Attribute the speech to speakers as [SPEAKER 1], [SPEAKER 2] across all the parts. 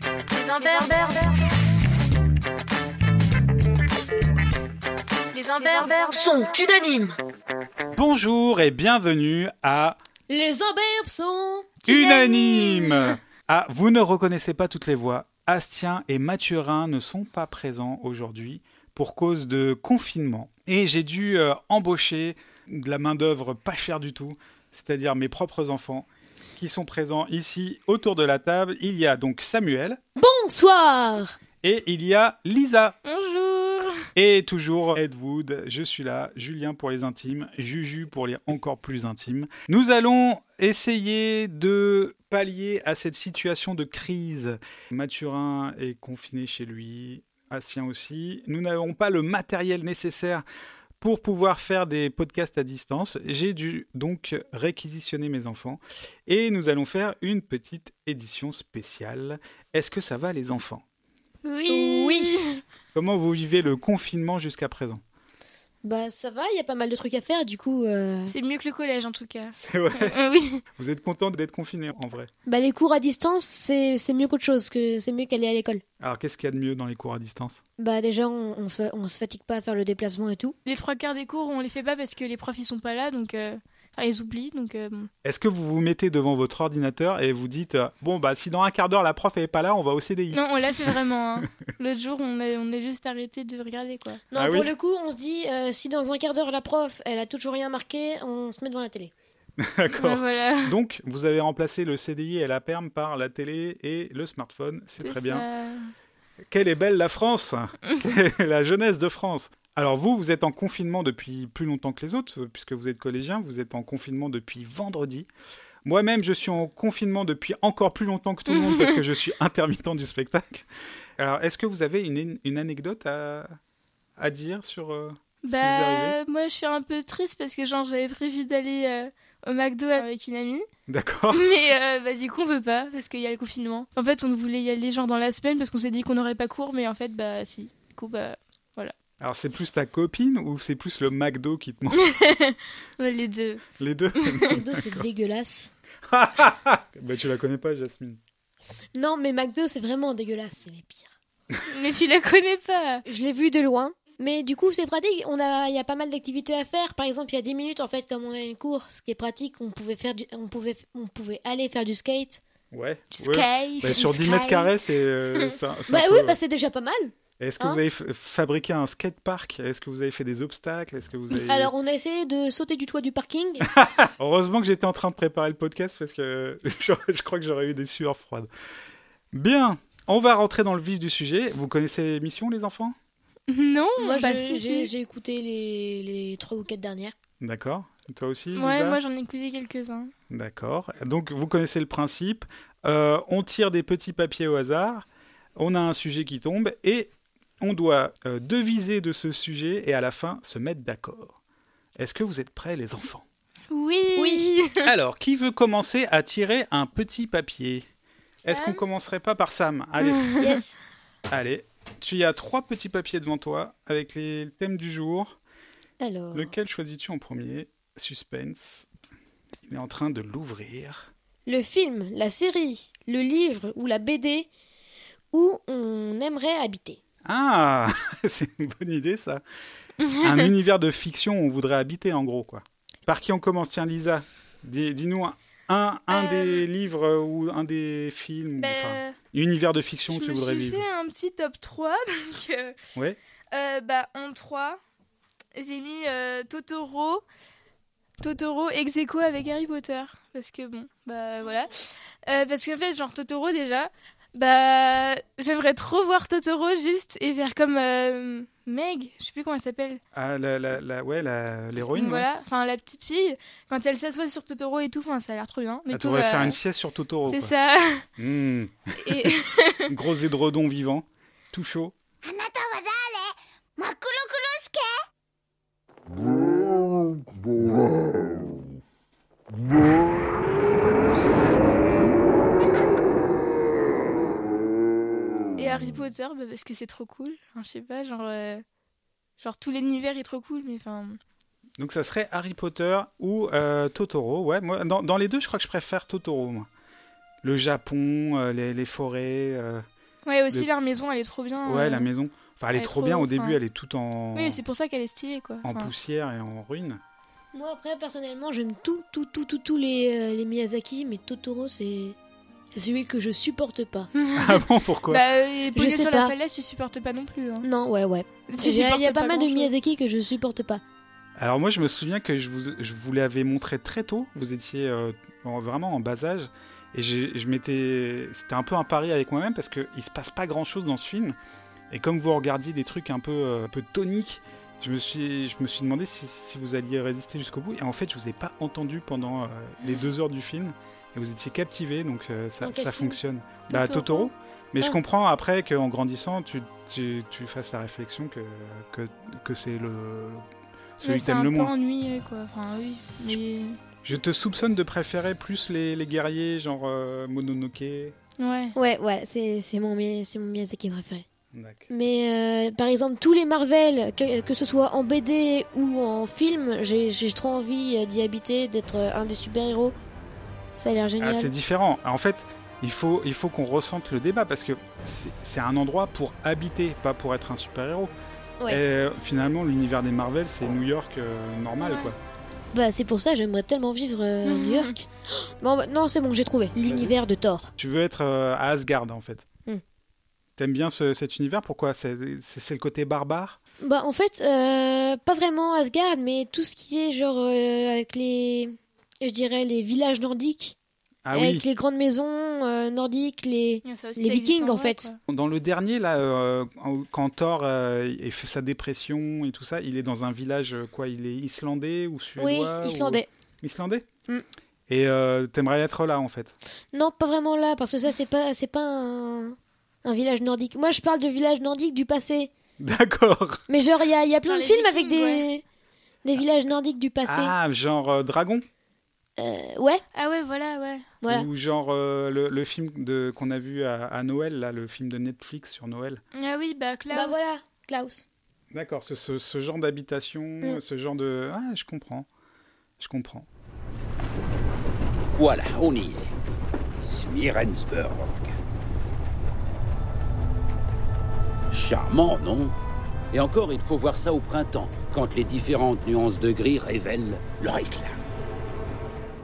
[SPEAKER 1] imbert, les imberbes sont unanimes.
[SPEAKER 2] Bonjour et bienvenue à
[SPEAKER 3] Les imberbes sont
[SPEAKER 2] Unanime Ah, vous ne reconnaissez pas toutes les voix. Astien et Mathurin ne sont pas présents aujourd'hui pour cause de confinement. Et j'ai dû euh, embaucher de la main-d'œuvre pas chère du tout, c'est-à-dire mes propres enfants qui sont présents ici autour de la table. Il y a donc Samuel
[SPEAKER 3] Bonsoir
[SPEAKER 2] et il y a Lisa.
[SPEAKER 1] Bonjour.
[SPEAKER 2] Et toujours Ed Wood, je suis là, Julien pour les intimes, Juju pour les encore plus intimes. Nous allons essayer de pallier à cette situation de crise. Mathurin est confiné chez lui, Astien aussi. Nous n'avons pas le matériel nécessaire pour pouvoir faire des podcasts à distance. J'ai dû donc réquisitionner mes enfants et nous allons faire une petite édition spéciale. Est-ce que ça va les enfants
[SPEAKER 1] Oui.
[SPEAKER 3] Oui.
[SPEAKER 2] Comment vous vivez le confinement jusqu'à présent
[SPEAKER 3] Bah ça va, il y a pas mal de trucs à faire du coup. euh,
[SPEAKER 1] C'est mieux que le collège en tout cas.
[SPEAKER 2] Ouais.
[SPEAKER 1] Euh, oui.
[SPEAKER 2] Vous êtes content d'être confiné en vrai.
[SPEAKER 3] Bah les cours à distance, c'est c'est mieux qu'autre chose, que c'est mieux qu'aller à l'école.
[SPEAKER 2] Alors qu'est-ce qu'il y a de mieux dans les cours à distance
[SPEAKER 3] Bah déjà on, on, fa- on se fatigue pas à faire le déplacement et tout.
[SPEAKER 1] Les trois quarts des cours, on les fait pas parce que les profs ils sont pas là, donc euh, enfin, ils oublient, donc euh, bon.
[SPEAKER 2] Est-ce que vous vous mettez devant votre ordinateur et vous dites euh, bon bah si dans un quart d'heure la prof n'est pas là, on va au CDI.
[SPEAKER 1] Non, on l'a fait vraiment. hein. L'autre jour, on est, on est juste arrêté de regarder quoi.
[SPEAKER 3] Non
[SPEAKER 2] Ah
[SPEAKER 3] pour
[SPEAKER 2] oui.
[SPEAKER 3] le coup on se dit euh, si dans un quart d'heure la prof elle a toujours rien marqué, on se met devant la télé.
[SPEAKER 1] Ouais,
[SPEAKER 2] D'accord.
[SPEAKER 1] voilà.
[SPEAKER 2] Donc vous avez remplacé le CDI et la perm par la télé et le smartphone, c'est très bien. Quelle est belle la France, la jeunesse de France. Alors vous, vous êtes en confinement depuis plus longtemps que les autres, puisque vous êtes collégien, vous êtes en confinement depuis vendredi. Moi-même, je suis en confinement depuis encore plus longtemps que tout le monde, parce que je suis intermittent du spectacle. Alors, est-ce que vous avez une, une anecdote à, à dire sur... euh, qui vous est
[SPEAKER 1] Bah,
[SPEAKER 2] arrivé
[SPEAKER 1] moi je suis un peu triste parce que genre j'avais prévu d'aller euh, au McDo avec une amie,
[SPEAKER 2] D'accord
[SPEAKER 1] mais euh, bah du coup on peut pas parce qu'il y a le confinement. En fait, on voulait y aller genre dans la semaine parce qu'on s'est dit qu'on n'aurait pas cours, mais en fait bah si. Du coup bah
[SPEAKER 2] Alors, c'est plus ta copine ou c'est plus le McDo qui te manque
[SPEAKER 1] ouais, les deux.
[SPEAKER 2] Les deux
[SPEAKER 3] McDo c'est dégueulasse.
[SPEAKER 2] bah, Tu la connais pas, Jasmine.
[SPEAKER 3] Non mais McDo c'est vraiment dégueulasse, c'est les pires.
[SPEAKER 1] Mais tu la connais pas.
[SPEAKER 3] Je l'ai vu de loin. Mais du coup, c'est pratique. On a, il y a pas mal d'activités à faire. Par exemple, il y a 10 minutes, en fait, comme on a une course, ce qui est pratique, on pouvait faire du, on pouvait, on pouvait aller faire du skate.
[SPEAKER 2] Ouais.
[SPEAKER 1] Tu
[SPEAKER 2] ouais.
[SPEAKER 1] skates,
[SPEAKER 2] Bah,
[SPEAKER 1] tu
[SPEAKER 2] sur 10 mètres
[SPEAKER 1] skates.
[SPEAKER 2] carrés, c'est... euh, c'est un- c'est un
[SPEAKER 3] bah
[SPEAKER 2] peu-
[SPEAKER 3] oui, bah c'est déjà pas mal.
[SPEAKER 2] Est-ce que
[SPEAKER 3] hein
[SPEAKER 2] vous avez f- fabriqué un skatepark Est-ce que vous avez fait des obstacles Est-ce que vous avez...
[SPEAKER 3] Alors, on a essayé de sauter du toit du parking.
[SPEAKER 2] Heureusement que j'étais en train de préparer le podcast parce que je, je crois que j'aurais eu des sueurs froides. Bien, on va rentrer dans le vif du sujet. Vous connaissez l'émission, les enfants
[SPEAKER 1] Non,
[SPEAKER 3] Moi,
[SPEAKER 1] bah,
[SPEAKER 3] je-
[SPEAKER 1] si,
[SPEAKER 3] j'ai
[SPEAKER 1] si.
[SPEAKER 3] j'ai écouté les, les 3 ou 4 dernières.
[SPEAKER 2] D'accord. Toi aussi
[SPEAKER 1] Ouais,
[SPEAKER 2] Lisa
[SPEAKER 1] moi j'en ai écouté quelques-uns.
[SPEAKER 2] D'accord. Donc, vous connaissez le principe. Euh, on tire des petits papiers au hasard. On a un sujet qui tombe et on doit euh, deviser de ce sujet et à la fin se mettre d'accord. Est-ce que vous êtes prêts, les enfants
[SPEAKER 1] Oui.
[SPEAKER 3] Oui.
[SPEAKER 2] Alors, qui veut commencer à tirer un petit papier Est-ce qu'on
[SPEAKER 1] Sam
[SPEAKER 2] commencerait pas par Sam Allez.
[SPEAKER 3] Yes.
[SPEAKER 2] Allez, tu as trois petits papiers devant toi avec les thèmes du jour.
[SPEAKER 3] Alors, le...
[SPEAKER 2] Lequel choisis-tu en premier Suspense. Il est en train de l'ouvrir.
[SPEAKER 3] film, la série, le livre ou la BD où on aimerait habiter.
[SPEAKER 2] Ah, c'est une bonne idée ça. Un univers de fiction où on voudrait habiter en gros quoi. Par qui on commence Tiens Lisa, dis- dis-nous un, un, un
[SPEAKER 1] Euh,
[SPEAKER 2] des livres ou un des films, ou,
[SPEAKER 1] Bah,
[SPEAKER 2] enfin, univers de fiction que
[SPEAKER 1] je
[SPEAKER 2] tu
[SPEAKER 1] me
[SPEAKER 2] voudrais
[SPEAKER 1] suis
[SPEAKER 2] vivre.
[SPEAKER 1] fait un petit top 3, donc... euh,
[SPEAKER 2] Ouais.
[SPEAKER 1] euh, bah, en 3, j'ai mis euh, Totoro, Totoro ex aequo avec Harry Potter, parce que bon, bah voilà. Euh, parce qu'en fait, genre Totoro déjà, bah j'aimerais trop voir Totoro juste et faire comme euh, Meg, je sais plus comment elle s'appelle.
[SPEAKER 2] Ah, la, la, la- ouais, la- l'héroïne. ouais.
[SPEAKER 1] Voilà, enfin la petite fille, quand elle s'assoit sur Totoro et tout, enfin ça a l'air trop bien. Du
[SPEAKER 2] Ah, tu
[SPEAKER 1] coup,
[SPEAKER 2] voudrais
[SPEAKER 1] euh,
[SPEAKER 2] faire une sieste sur Totoro.
[SPEAKER 1] C'est
[SPEAKER 2] Quoi.
[SPEAKER 1] ça.
[SPEAKER 2] Hmm.
[SPEAKER 1] Et...
[SPEAKER 2] Gros édredon vivant, tout chaud.
[SPEAKER 1] Et
[SPEAKER 2] Euh,
[SPEAKER 1] Harry Potter, bah, parce que c'est trop cool. Enfin, je sais pas, genre. euh, Genre tout l'univers est trop cool, mais enfin.
[SPEAKER 2] Donc ça serait Harry Potter ou euh, Totoro. Ouais, moi, dans, dans les deux, je crois que je préfère Totoro, moi. Le Japon, euh, les, les forêts, euh,
[SPEAKER 1] Ouais, aussi
[SPEAKER 2] Le-
[SPEAKER 1] leur maison, elle est trop bien.
[SPEAKER 2] Ouais,
[SPEAKER 1] euh.
[SPEAKER 2] la maison. Enfin, elle est trop bien au début,
[SPEAKER 1] enfin.
[SPEAKER 2] elle est toute en,
[SPEAKER 1] Oui, mais c'est pour ça qu'elle est stylée, quoi.
[SPEAKER 2] en
[SPEAKER 1] Enfin,
[SPEAKER 2] poussière et en ruine.
[SPEAKER 3] Moi, après, personnellement, j'aime tout, tout, tout, tout, tous les, euh, les Miyazaki, mais Totoro, c'est c'est celui que je supporte pas.
[SPEAKER 2] Ah bon, pourquoi
[SPEAKER 1] Bah, euh, posé
[SPEAKER 3] sais
[SPEAKER 1] sur la
[SPEAKER 3] pas.
[SPEAKER 1] falaise, tu supportes pas non plus. hein.
[SPEAKER 3] Non, ouais, ouais.
[SPEAKER 1] Tu
[SPEAKER 3] Il y a, il y a
[SPEAKER 1] supportes
[SPEAKER 3] pas, mal de
[SPEAKER 1] grand-chose.
[SPEAKER 3] Miyazaki que je supporte pas.
[SPEAKER 2] Alors moi, je me souviens que je vous, je vous l'avais montré très tôt. Vous étiez euh, en- vraiment en bas âge. Et j'ai- je m'étais... C'était un peu un pari avec moi-même parce qu'il se passe pas grand-chose dans ce film. Et comme vous regardiez des trucs un peu, euh, un peu toniques, je me suis, je me suis demandé si, si vous alliez résister jusqu'au bout. Et en fait, je vous ai pas entendu pendant euh, les deux heures du film. Et vous étiez captivé, donc euh, ça,
[SPEAKER 3] Dans quel
[SPEAKER 2] ça
[SPEAKER 3] film
[SPEAKER 2] fonctionne. Bah,
[SPEAKER 1] Totoro.
[SPEAKER 2] Totoro. Mais je
[SPEAKER 3] Ah.
[SPEAKER 2] comprends après qu'en grandissant, tu, tu, tu fasses la réflexion que, que, que c'est le, celui
[SPEAKER 1] Ouais,
[SPEAKER 2] que
[SPEAKER 1] c'est
[SPEAKER 2] t'aimes
[SPEAKER 1] un
[SPEAKER 2] le
[SPEAKER 1] peu
[SPEAKER 2] moins.
[SPEAKER 1] ennuyeux, quoi. Enfin, oui, mais.
[SPEAKER 2] Je te soupçonne de préférer plus les, les guerriers, genre euh, Mononoke.
[SPEAKER 1] Ouais.
[SPEAKER 3] Ouais, ouais, c'est c'est mon, Mi- c'est mon Miyazaki préféré.
[SPEAKER 2] D'accord.
[SPEAKER 3] Mais euh, par exemple, tous les Marvel, que, que ce soit en BD ou en film, j'ai j'ai trop envie euh, d'y habiter, d'être euh, un des super-héros. Ça a l'air
[SPEAKER 2] Ah,
[SPEAKER 3] génial.
[SPEAKER 2] c'est différent. En fait, il faut, il faut qu'on ressente le débat parce que c'est c'est un endroit pour habiter, pas pour être un super-héros.
[SPEAKER 3] Ouais.
[SPEAKER 2] Et, euh, finalement, l'univers des Marvel, c'est New York euh, normal,
[SPEAKER 1] Ouais.
[SPEAKER 2] quoi.
[SPEAKER 3] bah, c'est pour ça que j'aimerais tellement vivre euh, à New York. Bon, bah, non, c'est bon, j'ai trouvé. L'univers de Thor.
[SPEAKER 2] Tu veux être euh, à Asgard, en fait.
[SPEAKER 3] Hmm.
[SPEAKER 2] T'aimes bien ce- cet univers Pourquoi C'est c'est- c'est le côté barbare
[SPEAKER 3] Bah, en fait, euh, pas vraiment Asgard, mais tout ce qui est genre euh, avec les. Je dirais les villages nordiques,
[SPEAKER 2] Ah oui.
[SPEAKER 3] avec les grandes maisons euh, nordiques, les.
[SPEAKER 1] Il y a ça aussi,
[SPEAKER 3] Les
[SPEAKER 1] ça existe
[SPEAKER 3] Vikings, en
[SPEAKER 1] vrai,
[SPEAKER 3] fait.
[SPEAKER 1] quoi.
[SPEAKER 2] Dans le dernier, là, euh, quand Thor euh, il fait sa dépression et tout ça, il est dans un village, euh, quoi, il est islandais ou
[SPEAKER 3] Oui,
[SPEAKER 2] suédois ou-
[SPEAKER 3] islandais.
[SPEAKER 2] Islandais
[SPEAKER 3] Mm.
[SPEAKER 2] Et euh, t'aimerais être là, en fait.
[SPEAKER 3] Non, pas vraiment là, parce que ça, c'est pas, c'est pas un, un village nordique. Moi, je parle de village nordique du passé.
[SPEAKER 2] D'accord.
[SPEAKER 3] Mais genre, il y a, il y a plein
[SPEAKER 1] Genre
[SPEAKER 3] de
[SPEAKER 1] les
[SPEAKER 3] films avec des,
[SPEAKER 1] Vikings,
[SPEAKER 3] des villages nordiques du passé.
[SPEAKER 2] Ah, genre euh, Dragon
[SPEAKER 3] Euh, ouais,
[SPEAKER 1] Ah ouais, voilà, ouais.
[SPEAKER 3] voilà.
[SPEAKER 2] Ou genre euh, le, le film de- qu'on a vu à, à Noël, là, le film de Netflix sur Noël.
[SPEAKER 1] Ah oui, bah Klaus.
[SPEAKER 3] Bah voilà, Klaus.
[SPEAKER 2] D'accord, ce, ce- ce genre d'habitation,
[SPEAKER 3] Mm.
[SPEAKER 2] ce genre de... Ah, je comprends. Je comprends.
[SPEAKER 4] Voilà, on y est. Smirensburg. Charmant, non Et encore, il faut voir ça au printemps, quand les différentes nuances de gris révèlent leur éclat.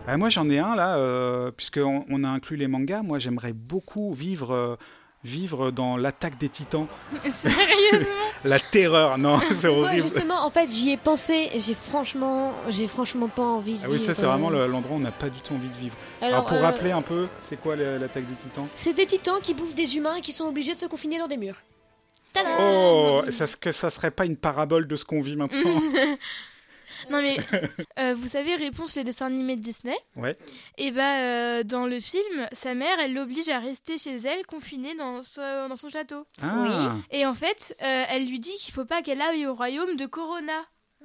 [SPEAKER 2] Ah, moi j'en ai un là, euh, puisqu'on on a inclus les mangas, moi j'aimerais beaucoup vivre, euh, vivre dans l'attaque des titans.
[SPEAKER 1] Sérieusement
[SPEAKER 2] La terreur, non, c'est
[SPEAKER 3] Moi,
[SPEAKER 2] horrible.
[SPEAKER 3] justement, en fait, j'y ai pensé. et J'ai franchement, j'ai franchement pas envie de
[SPEAKER 2] Ah oui,
[SPEAKER 3] vivre,
[SPEAKER 2] ça c'est
[SPEAKER 3] euh,
[SPEAKER 2] vraiment le- l'endroit où on n'a pas du tout envie de vivre. Alors,
[SPEAKER 3] Alors,
[SPEAKER 2] pour
[SPEAKER 3] euh,
[SPEAKER 2] rappeler un peu, c'est quoi le- l'attaque des titans
[SPEAKER 3] C'est des titans qui bouffent des humains et qui sont obligés de se confiner dans des murs. Tada
[SPEAKER 2] Oh, ça, que ça serait pas une parabole de ce qu'on vit maintenant
[SPEAKER 1] Non mais, euh, vous savez, réponse les dessins animés de Disney.
[SPEAKER 2] Ouais.
[SPEAKER 1] Et bah, euh, dans le film, sa mère, elle l'oblige à rester chez elle, confinée dans, ce- dans son château.
[SPEAKER 2] Ah,
[SPEAKER 1] Et en fait, euh, elle lui dit qu'il faut pas qu'elle aille au royaume de Corona.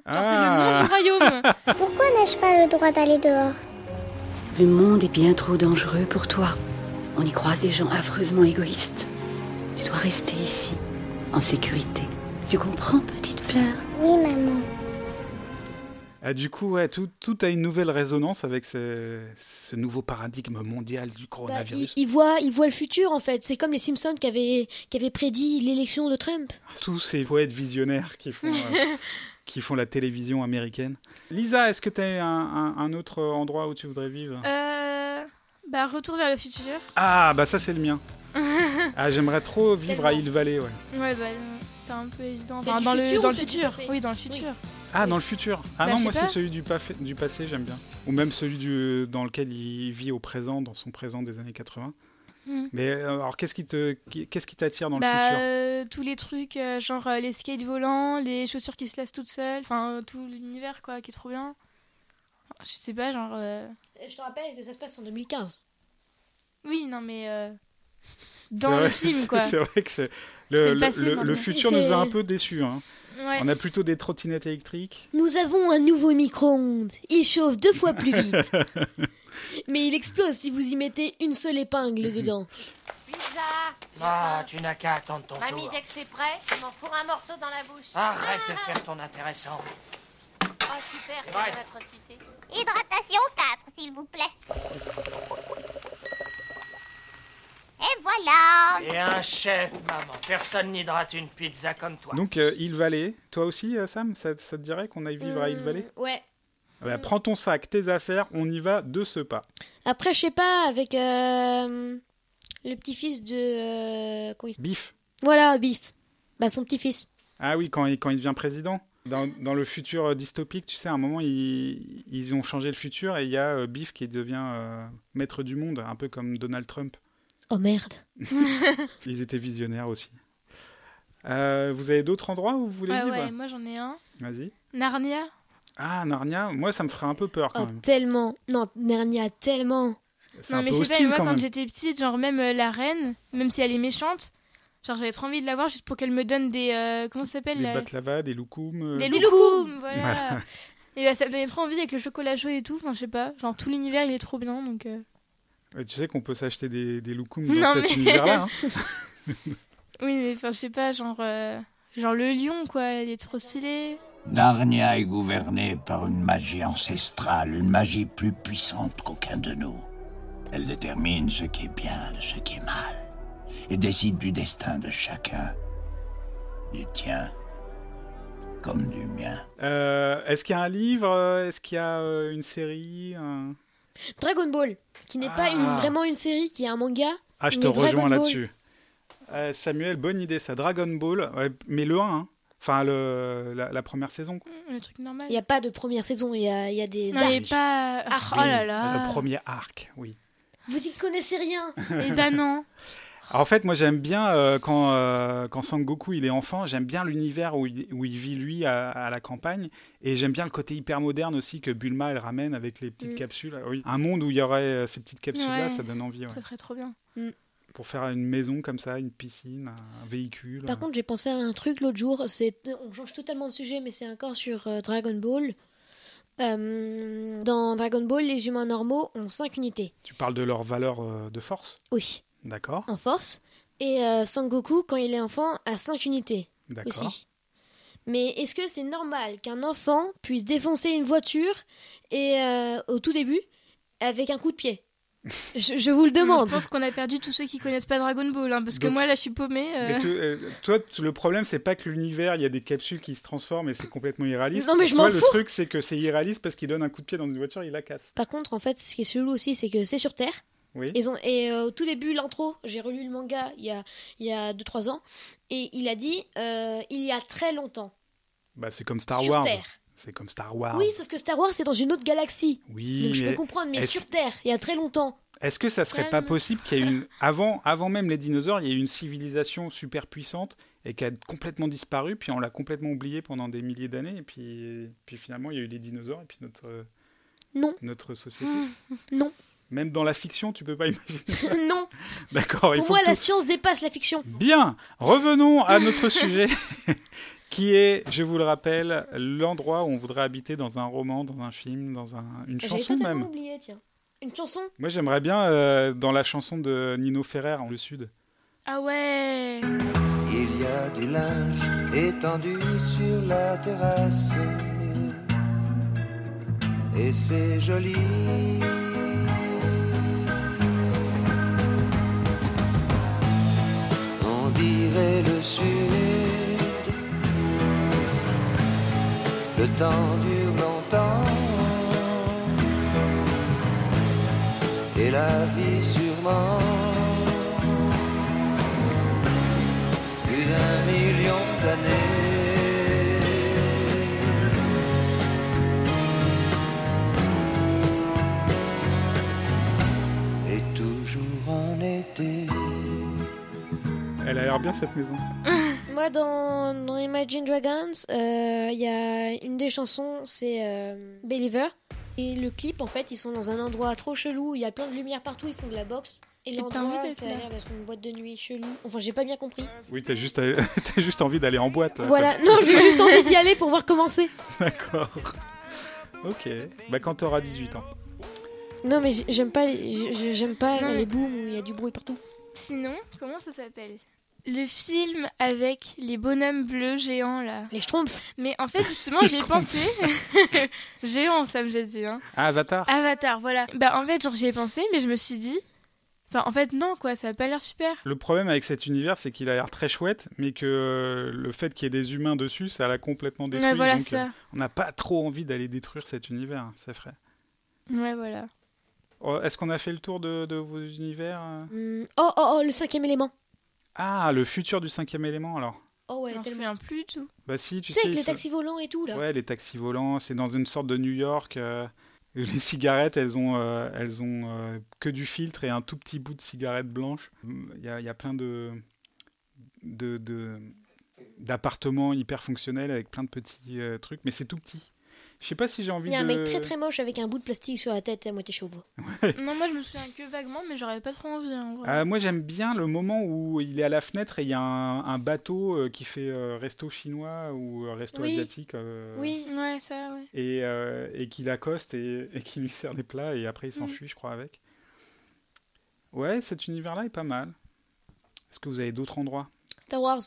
[SPEAKER 1] Genre, c'est le nom
[SPEAKER 2] ah.
[SPEAKER 1] du royaume.
[SPEAKER 5] Pourquoi n'ai-je pas le droit d'aller dehors
[SPEAKER 6] Le monde est bien trop dangereux pour toi. On y croise des gens affreusement égoïstes. Tu dois rester ici, en sécurité. Tu comprends, petite fleur
[SPEAKER 5] Oui, maman.
[SPEAKER 2] Ah, du coup, ouais, tout, tout a une nouvelle résonance avec ce, ce nouveau paradigme mondial du
[SPEAKER 3] Bah, il,
[SPEAKER 2] coronavirus.
[SPEAKER 3] il voit, il voit le futur en fait. C'est comme les Simpsons qui avaient, qui avaient prédit l'élection de Trump.
[SPEAKER 2] Tous ces poètes visionnaires qui font, euh, qui font la télévision américaine. Lisa, est-ce que tu as un, un- un autre endroit où tu voudrais vivre
[SPEAKER 1] Euh, bah, retour vers le futur.
[SPEAKER 2] Ah, bah ça c'est le mien. ah, j'aimerais trop vivre à
[SPEAKER 3] Tellement.
[SPEAKER 2] Hill Valley, ouais.
[SPEAKER 1] Ouais, bah, euh, c'est un peu évident.
[SPEAKER 3] C'est
[SPEAKER 1] Enfin,
[SPEAKER 3] du
[SPEAKER 1] dans
[SPEAKER 3] futur
[SPEAKER 1] le,
[SPEAKER 3] ou
[SPEAKER 1] dans le
[SPEAKER 3] c'est du
[SPEAKER 1] futur.
[SPEAKER 3] passé
[SPEAKER 1] Oui, dans le futur.
[SPEAKER 2] Ah,
[SPEAKER 3] Oui.
[SPEAKER 2] dans le futur. Ah
[SPEAKER 1] Bah,
[SPEAKER 2] non,
[SPEAKER 1] je
[SPEAKER 2] moi
[SPEAKER 1] sais
[SPEAKER 2] c'est
[SPEAKER 1] pas.
[SPEAKER 2] celui du, paf- du passé, j'aime bien. Ou même celui du, dans lequel il vit au présent, dans son présent des années 80.
[SPEAKER 1] Hmm.
[SPEAKER 2] Mais euh, alors, qu'est-ce qui te- qui- qu'est-ce qui t'attire dans le
[SPEAKER 1] bah,
[SPEAKER 2] futur
[SPEAKER 1] euh, tous les trucs, euh, genre euh, les skates volants, les chaussures qui se laissent toutes seules, enfin euh, tout l'univers quoi, qui est trop bien. Je sais pas, genre. euh,
[SPEAKER 3] Je te rappelle que ça se passe en 2015.
[SPEAKER 1] Oui, non mais. euh,
[SPEAKER 2] C'est
[SPEAKER 1] Dans
[SPEAKER 2] vrai-
[SPEAKER 1] le film quoi.
[SPEAKER 2] c'est vrai que c'est-
[SPEAKER 1] C'est
[SPEAKER 2] le,
[SPEAKER 1] le
[SPEAKER 2] le-
[SPEAKER 1] passé,
[SPEAKER 2] le- le
[SPEAKER 1] maintenant.
[SPEAKER 2] futur nous
[SPEAKER 3] C'est-
[SPEAKER 2] a un peu déçus. hein.
[SPEAKER 1] Ouais.
[SPEAKER 2] On a plutôt des trottinettes électriques.
[SPEAKER 3] Nous avons un nouveau micro-ondes. Il chauffe deux fois plus vite. Mais il explose si vous y mettez une seule
[SPEAKER 2] Mhm.
[SPEAKER 3] épingle dedans.
[SPEAKER 7] Pizza
[SPEAKER 8] Ah, tu n'as qu'à attendre ton
[SPEAKER 7] Mamie,
[SPEAKER 8] tour.
[SPEAKER 7] dès que c'est prêt, je m'en fourre un morceau dans la bouche. Ah,
[SPEAKER 8] Arrête de faire ton intéressant.
[SPEAKER 7] super,
[SPEAKER 8] Il
[SPEAKER 7] quelle
[SPEAKER 8] reste.
[SPEAKER 7] atrocité.
[SPEAKER 5] Hydratation 4, s'il vous plaît. Et voilà.
[SPEAKER 8] Et un chef, maman. Personne n'hydrate une pizza comme toi.
[SPEAKER 2] Donc, euh, Hill Valley. Toi aussi, euh, Sam, ça, ça te dirait qu'on aille vivre à Hill
[SPEAKER 3] Hmm,
[SPEAKER 2] Valley
[SPEAKER 3] Ouais.
[SPEAKER 2] Ah bah, Prends ton sac, tes affaires, on y va de ce pas.
[SPEAKER 3] Après, je sais pas, avec euh, le petit-fils de. euh, comment il s-
[SPEAKER 2] Bif.
[SPEAKER 3] Voilà, Biff. Bah, son petit-fils.
[SPEAKER 2] Ah oui, quand il, quand il devient président. Dans, dans le futur euh, dystopique, tu sais, à un moment, ils, ils ont changé le futur et il y a euh, Biff qui devient euh, maître du monde, un peu comme Donald Trump.
[SPEAKER 3] Oh merde.
[SPEAKER 2] Ils étaient visionnaires aussi. Euh, vous avez d'autres endroits où vous voulez
[SPEAKER 1] Ah
[SPEAKER 2] vivre
[SPEAKER 1] ouais, moi j'en ai un.
[SPEAKER 2] Vas-y.
[SPEAKER 1] Narnia.
[SPEAKER 2] Ah, Narnia, moi, ça me ferait un peu peur quand
[SPEAKER 3] Oh,
[SPEAKER 2] même.
[SPEAKER 3] tellement. Non, Nernia, tellement.
[SPEAKER 2] C'est
[SPEAKER 1] Non,
[SPEAKER 2] un
[SPEAKER 1] mais
[SPEAKER 2] peu
[SPEAKER 1] je sais pas,
[SPEAKER 2] hostile
[SPEAKER 1] mais moi
[SPEAKER 2] quand
[SPEAKER 1] quand
[SPEAKER 2] même.
[SPEAKER 1] j'étais petite, genre même euh, la reine, même si elle est méchante, genre j'avais trop envie de la voir juste pour qu'elle me donne des. euh, comment ça s'appelle
[SPEAKER 2] Des
[SPEAKER 1] là
[SPEAKER 2] baklava, des loukoums. euh,
[SPEAKER 1] Des loukoums, voilà. Et bah ça me donnait trop envie avec le chocolat chaud et tout, enfin je sais pas, genre tout l'univers il est trop bien donc. euh,
[SPEAKER 2] Euh, Tu sais qu'on peut s'acheter des, des loukoums
[SPEAKER 1] Non,
[SPEAKER 2] dans cet
[SPEAKER 1] mais-
[SPEAKER 2] univers-là. hein.
[SPEAKER 1] Oui, mais enfin je sais pas, genre. euh, Genre le lion quoi, il est trop stylé.
[SPEAKER 4] Narnia est gouvernée par une magie ancestrale, une magie plus puissante qu'aucun de nous. Elle détermine ce qui est bien de ce qui est mal, et décide du destin de chacun, du tien comme du mien.
[SPEAKER 2] Euh, Est-ce qu'il y a un livre euh, Est-ce qu'il y a euh, une série un-
[SPEAKER 3] Dragon Ball, qui n'est pas une-
[SPEAKER 2] Ah.
[SPEAKER 3] vraiment une série, qui est un manga.
[SPEAKER 2] Ah, je
[SPEAKER 3] Mais
[SPEAKER 2] te
[SPEAKER 3] Dragon
[SPEAKER 2] rejoins
[SPEAKER 3] Ball.
[SPEAKER 2] là-dessus. Euh, Samuel, bonne idée ça. Dragon Ball, ouais, mais le 1. hein. Enfin, le, la, la première saison. quoi.
[SPEAKER 1] Le truc normal.
[SPEAKER 3] Il n'y a pas de première saison, il y a, il y a des
[SPEAKER 1] Non,
[SPEAKER 3] arcs.
[SPEAKER 1] mais pas. Oh là là.
[SPEAKER 2] Ah, Le premier arc, oui.
[SPEAKER 3] Vous y connaissez rien.
[SPEAKER 1] Eh ben non.
[SPEAKER 2] Alors, en fait, moi j'aime bien euh, quand, euh, quand Sangoku il est enfant, j'aime bien l'univers où, il- où il vit lui à, à la campagne. Et j'aime bien le côté hyper moderne aussi que Bulma elle ramène avec les petites
[SPEAKER 3] Mm.
[SPEAKER 2] capsules. Ah oui. Un monde où il y aurait euh, ces petites capsules-là,
[SPEAKER 1] Ouais.
[SPEAKER 2] ça donne envie. ouais.
[SPEAKER 1] Ça serait trop bien.
[SPEAKER 2] Pour faire une maison comme ça, une piscine, un véhicule.
[SPEAKER 3] Par contre, j'ai pensé à un truc l'autre jour. C'est, on change totalement de sujet, mais c'est encore sur euh, Dragon Ball. Euh, dans Dragon Ball, les humains normaux ont 5 unités.
[SPEAKER 2] Tu parles de leur valeur euh, de force,
[SPEAKER 3] Oui,
[SPEAKER 2] d'accord
[SPEAKER 3] en force. Et euh, Sangoku, quand il est enfant, a 5 unités
[SPEAKER 2] D'accord.
[SPEAKER 3] aussi. Mais est-ce que c'est normal qu'un enfant puisse défoncer une voiture et euh, au tout début avec un coup de pied je, je vous le demande.
[SPEAKER 1] Je pense qu'on a perdu tous ceux qui connaissent pas Dragon Ball, hein, parce que
[SPEAKER 2] Donc-
[SPEAKER 1] moi là je suis paumée. euh.
[SPEAKER 2] Mais tu- euh, toi, tu- le problème, c'est pas que l'univers, il y a des capsules qui se transforment et c'est complètement irréaliste.
[SPEAKER 3] Non, mais je
[SPEAKER 2] toi,
[SPEAKER 3] m'en
[SPEAKER 2] le
[SPEAKER 3] fous.
[SPEAKER 2] truc, c'est que c'est irréaliste parce qu'il donne un coup de pied dans une voiture, il la casse.
[SPEAKER 3] Par contre, en fait, ce qui est chelou aussi, c'est que c'est sur Terre.
[SPEAKER 2] Oui.
[SPEAKER 3] Ils ont, et euh, au tout début, l'intro, j'ai relu le manga il y a 2-3 ans, et il a dit euh, il y a très longtemps.
[SPEAKER 2] Bah, c'est comme Star
[SPEAKER 3] sur
[SPEAKER 2] Wars. Ah.
[SPEAKER 3] Terre.
[SPEAKER 2] C'est comme Star Wars.
[SPEAKER 3] Oui, sauf que Star Wars, c'est dans une autre galaxie.
[SPEAKER 2] Oui,
[SPEAKER 3] Donc je
[SPEAKER 2] mais
[SPEAKER 3] peux comprendre, mais
[SPEAKER 2] est-ce-
[SPEAKER 3] sur Terre, il y a très longtemps.
[SPEAKER 2] est-ce que ça serait pas
[SPEAKER 1] Calme.
[SPEAKER 2] possible qu'il y ait une avant avant même les dinosaures, il y ait une civilisation super puissante et qui a complètement disparu, puis on l'a complètement oublié pendant des milliers d'années, et puis puis finalement il y a eu les dinosaures et puis notre euh,
[SPEAKER 3] Non.
[SPEAKER 2] notre société.
[SPEAKER 3] Non.
[SPEAKER 2] Même dans la fiction, tu peux pas imaginer.
[SPEAKER 3] non,
[SPEAKER 2] D'accord. il
[SPEAKER 3] pour
[SPEAKER 2] faut
[SPEAKER 3] moi,
[SPEAKER 2] que
[SPEAKER 3] la
[SPEAKER 2] tout-
[SPEAKER 3] science dépasse la fiction.
[SPEAKER 2] Bien, revenons à notre sujet qui est, je vous le rappelle, l'endroit où on voudrait habiter dans un roman, dans un film, dans un- une
[SPEAKER 3] J'avais
[SPEAKER 2] chanson
[SPEAKER 3] totalement
[SPEAKER 2] même.
[SPEAKER 3] oublié, tiens. Une chanson
[SPEAKER 2] Moi j'aimerais bien euh, dans la chanson de Nino Ferrer, en le sud.
[SPEAKER 1] Ah ouais.
[SPEAKER 9] Il y a du linge étendu sur la terrasse. Et c'est joli. On dirait le sud. Le temps dure longtemps. Et la vie sûrement plus d'un million d'années. Et toujours en été.
[SPEAKER 2] Elle a l'air bien cette maison.
[SPEAKER 3] Moi, dans, dans Imagine Dragons, euh, il y a une des chansons, c'est euh, Believer. Et le clip, en fait, ils sont dans un endroit trop chelou. Il y a plein de lumière partout, ils font de la boxe. Et,
[SPEAKER 1] Et t'as envie
[SPEAKER 3] l'endroit,
[SPEAKER 1] d'être
[SPEAKER 3] ça a
[SPEAKER 1] là.
[SPEAKER 3] l'air d'être une boîte de nuit chelou. Enfin, j'ai pas bien compris.
[SPEAKER 2] Oui, t'as juste, à- t'as juste envie d'aller en boîte. là.
[SPEAKER 3] voilà, non, j'ai juste envie d'y aller pour voir comment c'est.
[SPEAKER 2] D'accord. Ok. Bah quand t'auras 18 ans.
[SPEAKER 3] Non, mais j'ai- j'aime pas les, j'ai- j'aime pas
[SPEAKER 1] Non, mais-
[SPEAKER 3] les booms où il y a du bruit partout.
[SPEAKER 1] Sinon, comment ça s'appelle Le film avec les bonhommes bleus géants là.
[SPEAKER 3] Les schtroumpfs.
[SPEAKER 1] Mais en fait, justement,
[SPEAKER 2] Je
[SPEAKER 1] j'ai
[SPEAKER 2] trouve.
[SPEAKER 1] pensé. Géant, ça me j'ai dit. Hein.
[SPEAKER 2] Ah, Avatar.
[SPEAKER 1] Avatar, voilà. Bah en fait, genre j'y ai pensé, mais je me suis dit. Enfin, en fait, non, quoi, ça a pas l'air super.
[SPEAKER 2] Le problème avec cet univers, c'est qu'il a l'air très chouette, mais que euh, le fait qu'il y ait des humains dessus, ça l'a complètement détruit.
[SPEAKER 1] Ouais, voilà
[SPEAKER 2] donc, euh,
[SPEAKER 1] ça.
[SPEAKER 2] on n'a pas trop envie d'aller détruire cet univers, hein, c'est vrai. euh,
[SPEAKER 1] Ouais, voilà.
[SPEAKER 2] Oh, Est-ce qu'on a fait le tour de, de vos univers euh
[SPEAKER 3] Hmm, Oh, oh, oh, le cinquième élément.
[SPEAKER 2] Ah, le futur du cinquième élément, alors.
[SPEAKER 3] Oh ouais,
[SPEAKER 1] Je m'en
[SPEAKER 3] tellement.
[SPEAKER 1] souviens plus du tout.
[SPEAKER 2] Bah si, tu
[SPEAKER 3] Tu
[SPEAKER 2] sais...
[SPEAKER 3] sais, avec les
[SPEAKER 2] ce-
[SPEAKER 3] taxis volants et tout, là.
[SPEAKER 2] Ouais, les taxis volants, c'est dans une sorte de New York. euh, les cigarettes, elles ont, euh, elles ont euh, que du filtre et un tout petit bout de cigarette blanche. Il y a, il y a plein de, de, de- d'appartements hyper fonctionnels avec plein de petits euh, trucs, mais c'est tout petit. Je sais pas si j'ai envie
[SPEAKER 3] Il y a un
[SPEAKER 2] de...
[SPEAKER 3] mec très très moche avec un bout de plastique sur la tête à moitié chauve.
[SPEAKER 1] non, moi, je me souviens que vaguement, mais j'aurais pas trop envie. en vrai.
[SPEAKER 2] Euh, moi j'aime bien le moment où il est à la fenêtre et il y a un, un bateau euh, qui fait euh, resto chinois ou euh, resto
[SPEAKER 3] Oui.
[SPEAKER 2] asiatique. euh,
[SPEAKER 3] Oui.
[SPEAKER 1] Ouais, ça, ouais.
[SPEAKER 2] et, euh, et qui l'accoste et, et qui lui sert des plats et après il
[SPEAKER 3] Mm.
[SPEAKER 2] s'enfuit, je crois, avec. Ouais, cet univers-là est pas mal. Est-ce que vous avez d'autres endroits
[SPEAKER 3] Star Wars.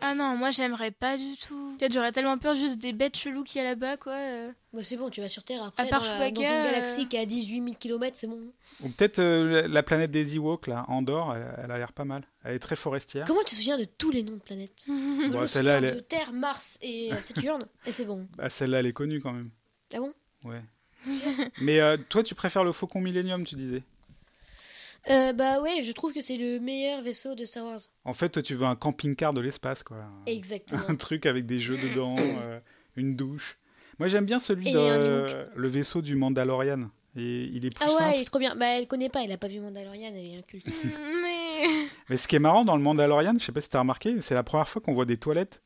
[SPEAKER 1] Ah non, moi, j'aimerais pas du tout. Peut-être J'aurais tellement peur juste des bêtes cheloues qu'il y a là-bas, quoi. euh.
[SPEAKER 3] Bah, c'est bon, tu vas sur Terre après.
[SPEAKER 1] À part
[SPEAKER 3] dans, la-
[SPEAKER 1] Chewbacca,
[SPEAKER 3] dans une
[SPEAKER 1] euh,
[SPEAKER 3] galaxie qui est à 18 000 km, c'est bon.
[SPEAKER 2] Ou peut-être euh, la- la planète des Ewoks, là, Andorre, elle, elle a l'air pas mal. Elle est très forestière.
[SPEAKER 3] Comment tu te souviens de tous les noms de planètes Moi, je
[SPEAKER 2] Bon,
[SPEAKER 3] me
[SPEAKER 2] Ah. celle-là,
[SPEAKER 3] souviens
[SPEAKER 2] elle
[SPEAKER 3] de
[SPEAKER 2] est-
[SPEAKER 3] Terre, Mars et euh, Saturne, et c'est bon.
[SPEAKER 2] Ah, Celle-là, elle est connue quand même.
[SPEAKER 3] Ah bon
[SPEAKER 2] Ouais. Mais euh, toi, tu préfères le Faucon Millenium, tu disais.
[SPEAKER 3] Euh, Bah ouais, je trouve que c'est le meilleur vaisseau de Star Wars.
[SPEAKER 2] En fait, toi, tu veux un camping-car de l'espace, quoi. un
[SPEAKER 3] Exactement.
[SPEAKER 2] truc avec des jeux dedans, euh, une douche. Moi, j'aime bien celui
[SPEAKER 3] Et
[SPEAKER 2] de
[SPEAKER 3] un
[SPEAKER 2] euh, le vaisseau du Mandalorian. Et il est plus
[SPEAKER 3] ah ouais,
[SPEAKER 2] simple.
[SPEAKER 3] il est trop bien. Bah elle connaît pas, elle a pas vu Mandalorian, elle est inculte.
[SPEAKER 1] mais.
[SPEAKER 2] Mais ce qui est marrant dans le Mandalorian, je sais pas si t'as remarqué, c'est la première fois qu'on voit des toilettes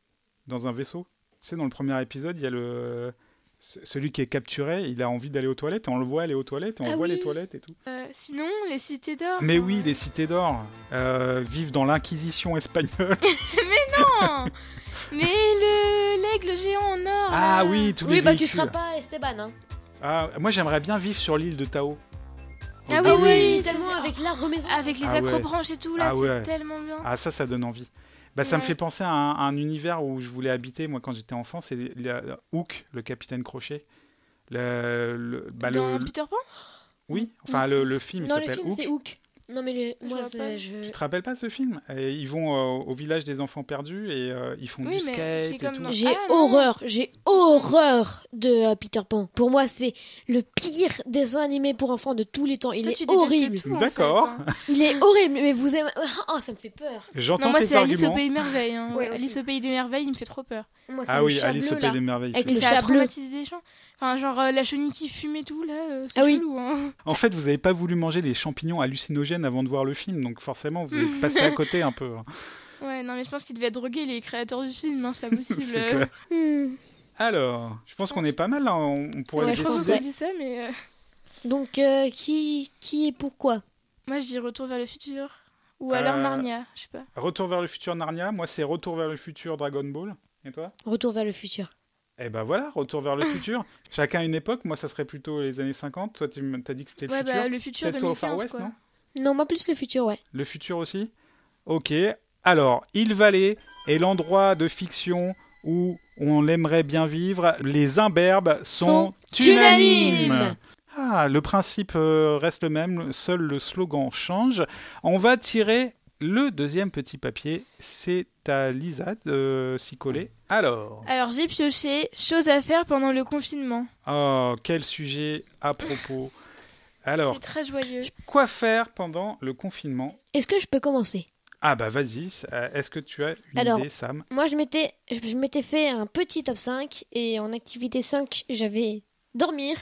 [SPEAKER 2] dans un vaisseau. Tu sais, dans le premier épisode, il y a le ce- celui qui est capturé, il a envie d'aller aux toilettes, et on le voit aller aux toilettes, et on
[SPEAKER 3] Ah
[SPEAKER 2] voit les
[SPEAKER 3] oui. Oh
[SPEAKER 2] toilettes et tout.
[SPEAKER 1] Euh, sinon, les cités d'or.
[SPEAKER 2] Mais
[SPEAKER 1] hein.
[SPEAKER 2] oui, les cités d'or euh, vivent dans l'inquisition espagnole.
[SPEAKER 1] Non Mais le l'aigle géant en or.
[SPEAKER 2] ah
[SPEAKER 1] là.
[SPEAKER 2] oui, tous les
[SPEAKER 3] Oui, bah tu
[SPEAKER 2] véhicules.
[SPEAKER 3] seras pas Esteban, hein.
[SPEAKER 2] Ah, moi, j'aimerais bien vivre sur l'île de Tao.
[SPEAKER 1] Ah
[SPEAKER 2] Au
[SPEAKER 1] oui,
[SPEAKER 2] début.
[SPEAKER 1] oui,
[SPEAKER 3] tellement
[SPEAKER 1] ça, c'est-
[SPEAKER 3] avec l'arbre maison.
[SPEAKER 1] Avec les
[SPEAKER 2] Ah ouais.
[SPEAKER 1] acrobranches et tout, là,
[SPEAKER 2] Ah
[SPEAKER 1] c'est
[SPEAKER 2] ouais.
[SPEAKER 1] tellement bien.
[SPEAKER 2] Ah, ça, ça donne envie. Bah, ça me
[SPEAKER 1] Ouais.
[SPEAKER 2] fait penser à un, un univers où je voulais habiter, moi, quand j'étais enfant. C'est le- Hook, le capitaine Crochet. Le, le- bah, le-
[SPEAKER 1] Dans
[SPEAKER 2] le-
[SPEAKER 1] Peter Pan
[SPEAKER 2] oui, enfin, le, le film il
[SPEAKER 3] non, le
[SPEAKER 2] s'appelle
[SPEAKER 3] film
[SPEAKER 2] Hook.
[SPEAKER 3] c'est
[SPEAKER 2] Tu
[SPEAKER 3] Hook. Non mais le...
[SPEAKER 1] Je
[SPEAKER 3] moi
[SPEAKER 1] vois
[SPEAKER 3] c'est-
[SPEAKER 1] pas.
[SPEAKER 3] je...
[SPEAKER 2] te rappelles pas ce film Et Ils vont euh, au village des enfants perdus et euh, ils font
[SPEAKER 1] Oui,
[SPEAKER 2] du
[SPEAKER 1] mais c'est
[SPEAKER 2] skate et
[SPEAKER 1] comme
[SPEAKER 2] tout.
[SPEAKER 1] dans-
[SPEAKER 3] J'ai
[SPEAKER 1] Ah, non.
[SPEAKER 3] horreur, j'ai horreur de euh, Peter Pan. Pour moi, c'est le pire dessin animé pour enfants de tous les temps. Il
[SPEAKER 1] Toi, tu
[SPEAKER 3] est
[SPEAKER 1] détestes
[SPEAKER 3] horrible.
[SPEAKER 1] tout, en
[SPEAKER 2] D'accord.
[SPEAKER 1] fait, hein.
[SPEAKER 3] Il est horrible, mais vous aimez. Oh, ça me fait peur.
[SPEAKER 1] Non,
[SPEAKER 2] J'entends
[SPEAKER 1] moi,
[SPEAKER 2] tes
[SPEAKER 1] c'est Alice au
[SPEAKER 2] arguments.
[SPEAKER 1] Pays des Merveilles. hein.
[SPEAKER 3] Ouais, aussi.
[SPEAKER 1] Alice au Pays des Merveilles, il me fait trop peur.
[SPEAKER 3] Moi, c'est
[SPEAKER 2] Ah
[SPEAKER 3] le
[SPEAKER 2] oui,
[SPEAKER 3] chat
[SPEAKER 2] Alice au
[SPEAKER 3] bleu,
[SPEAKER 2] Pays
[SPEAKER 3] là.
[SPEAKER 2] des Merveilles.
[SPEAKER 3] Avec
[SPEAKER 2] je
[SPEAKER 3] le
[SPEAKER 2] trouve.
[SPEAKER 1] ça a
[SPEAKER 3] chat bleu.
[SPEAKER 1] traumatisé des gens. Enfin, genre euh, la chenille qui fume et tout, là, euh, c'est
[SPEAKER 3] Ah oui.
[SPEAKER 1] chelou. hein.
[SPEAKER 2] En fait, vous n'avez pas voulu manger les champignons hallucinogènes avant de voir le film, donc forcément, vous êtes passé à côté un peu. hein.
[SPEAKER 1] Ouais, non, mais je pense qu'ils devaient droguer les créateurs du film, hein, c'est pas possible.
[SPEAKER 2] C'est clair.
[SPEAKER 3] Hmm.
[SPEAKER 2] Alors, je pense qu'on est pas mal là. On, on pourrait
[SPEAKER 3] Ouais,
[SPEAKER 2] les
[SPEAKER 1] je pense
[SPEAKER 3] pense,
[SPEAKER 2] décider.
[SPEAKER 1] que
[SPEAKER 3] ouais.
[SPEAKER 1] dit ça, mais euh,
[SPEAKER 3] Donc, euh, qui, qui et pourquoi
[SPEAKER 1] moi, je dis retour vers le futur. Ou alors
[SPEAKER 2] Euh,
[SPEAKER 1] Narnia, je sais pas.
[SPEAKER 2] Retour vers le futur Narnia, moi c'est Retour vers le futur Dragon Ball. Et toi
[SPEAKER 3] Retour vers le futur.
[SPEAKER 2] Eh ben voilà, Retour vers le futur. Chacun une époque, moi ça serait plutôt les années 50. Toi tu m- t'as dit que c'était le
[SPEAKER 1] Ouais,
[SPEAKER 2] futur.
[SPEAKER 1] bah, le futur
[SPEAKER 2] Peut-être toi au Far
[SPEAKER 1] 2015,
[SPEAKER 2] West,
[SPEAKER 1] quoi.
[SPEAKER 2] non
[SPEAKER 3] Non, moi plus le futur, ouais.
[SPEAKER 2] Le futur aussi Ok. Alors, Hill Valley est l'endroit de fiction où on l'aimerait bien vivre. Les imberbes sont,
[SPEAKER 3] Sont
[SPEAKER 2] unanimes.
[SPEAKER 3] unanimes.
[SPEAKER 2] Ah, le principe euh, reste le même, seul le slogan change. On va tirer le deuxième petit papier. C'est à Lisa de s'y coller. Alors,
[SPEAKER 1] Alors j'ai pioché choses à faire pendant le confinement.
[SPEAKER 2] oh, quel sujet à propos. Alors,
[SPEAKER 1] C'est très joyeux.
[SPEAKER 2] quoi faire pendant le confinement
[SPEAKER 3] Est-ce que je peux commencer
[SPEAKER 2] Ah bah vas-y, euh, est-ce que tu as une
[SPEAKER 3] Alors,
[SPEAKER 2] idée, Sam
[SPEAKER 3] Moi, je m'étais, je, je m'étais fait un petit top 5 et en activité 5, j'avais dormir.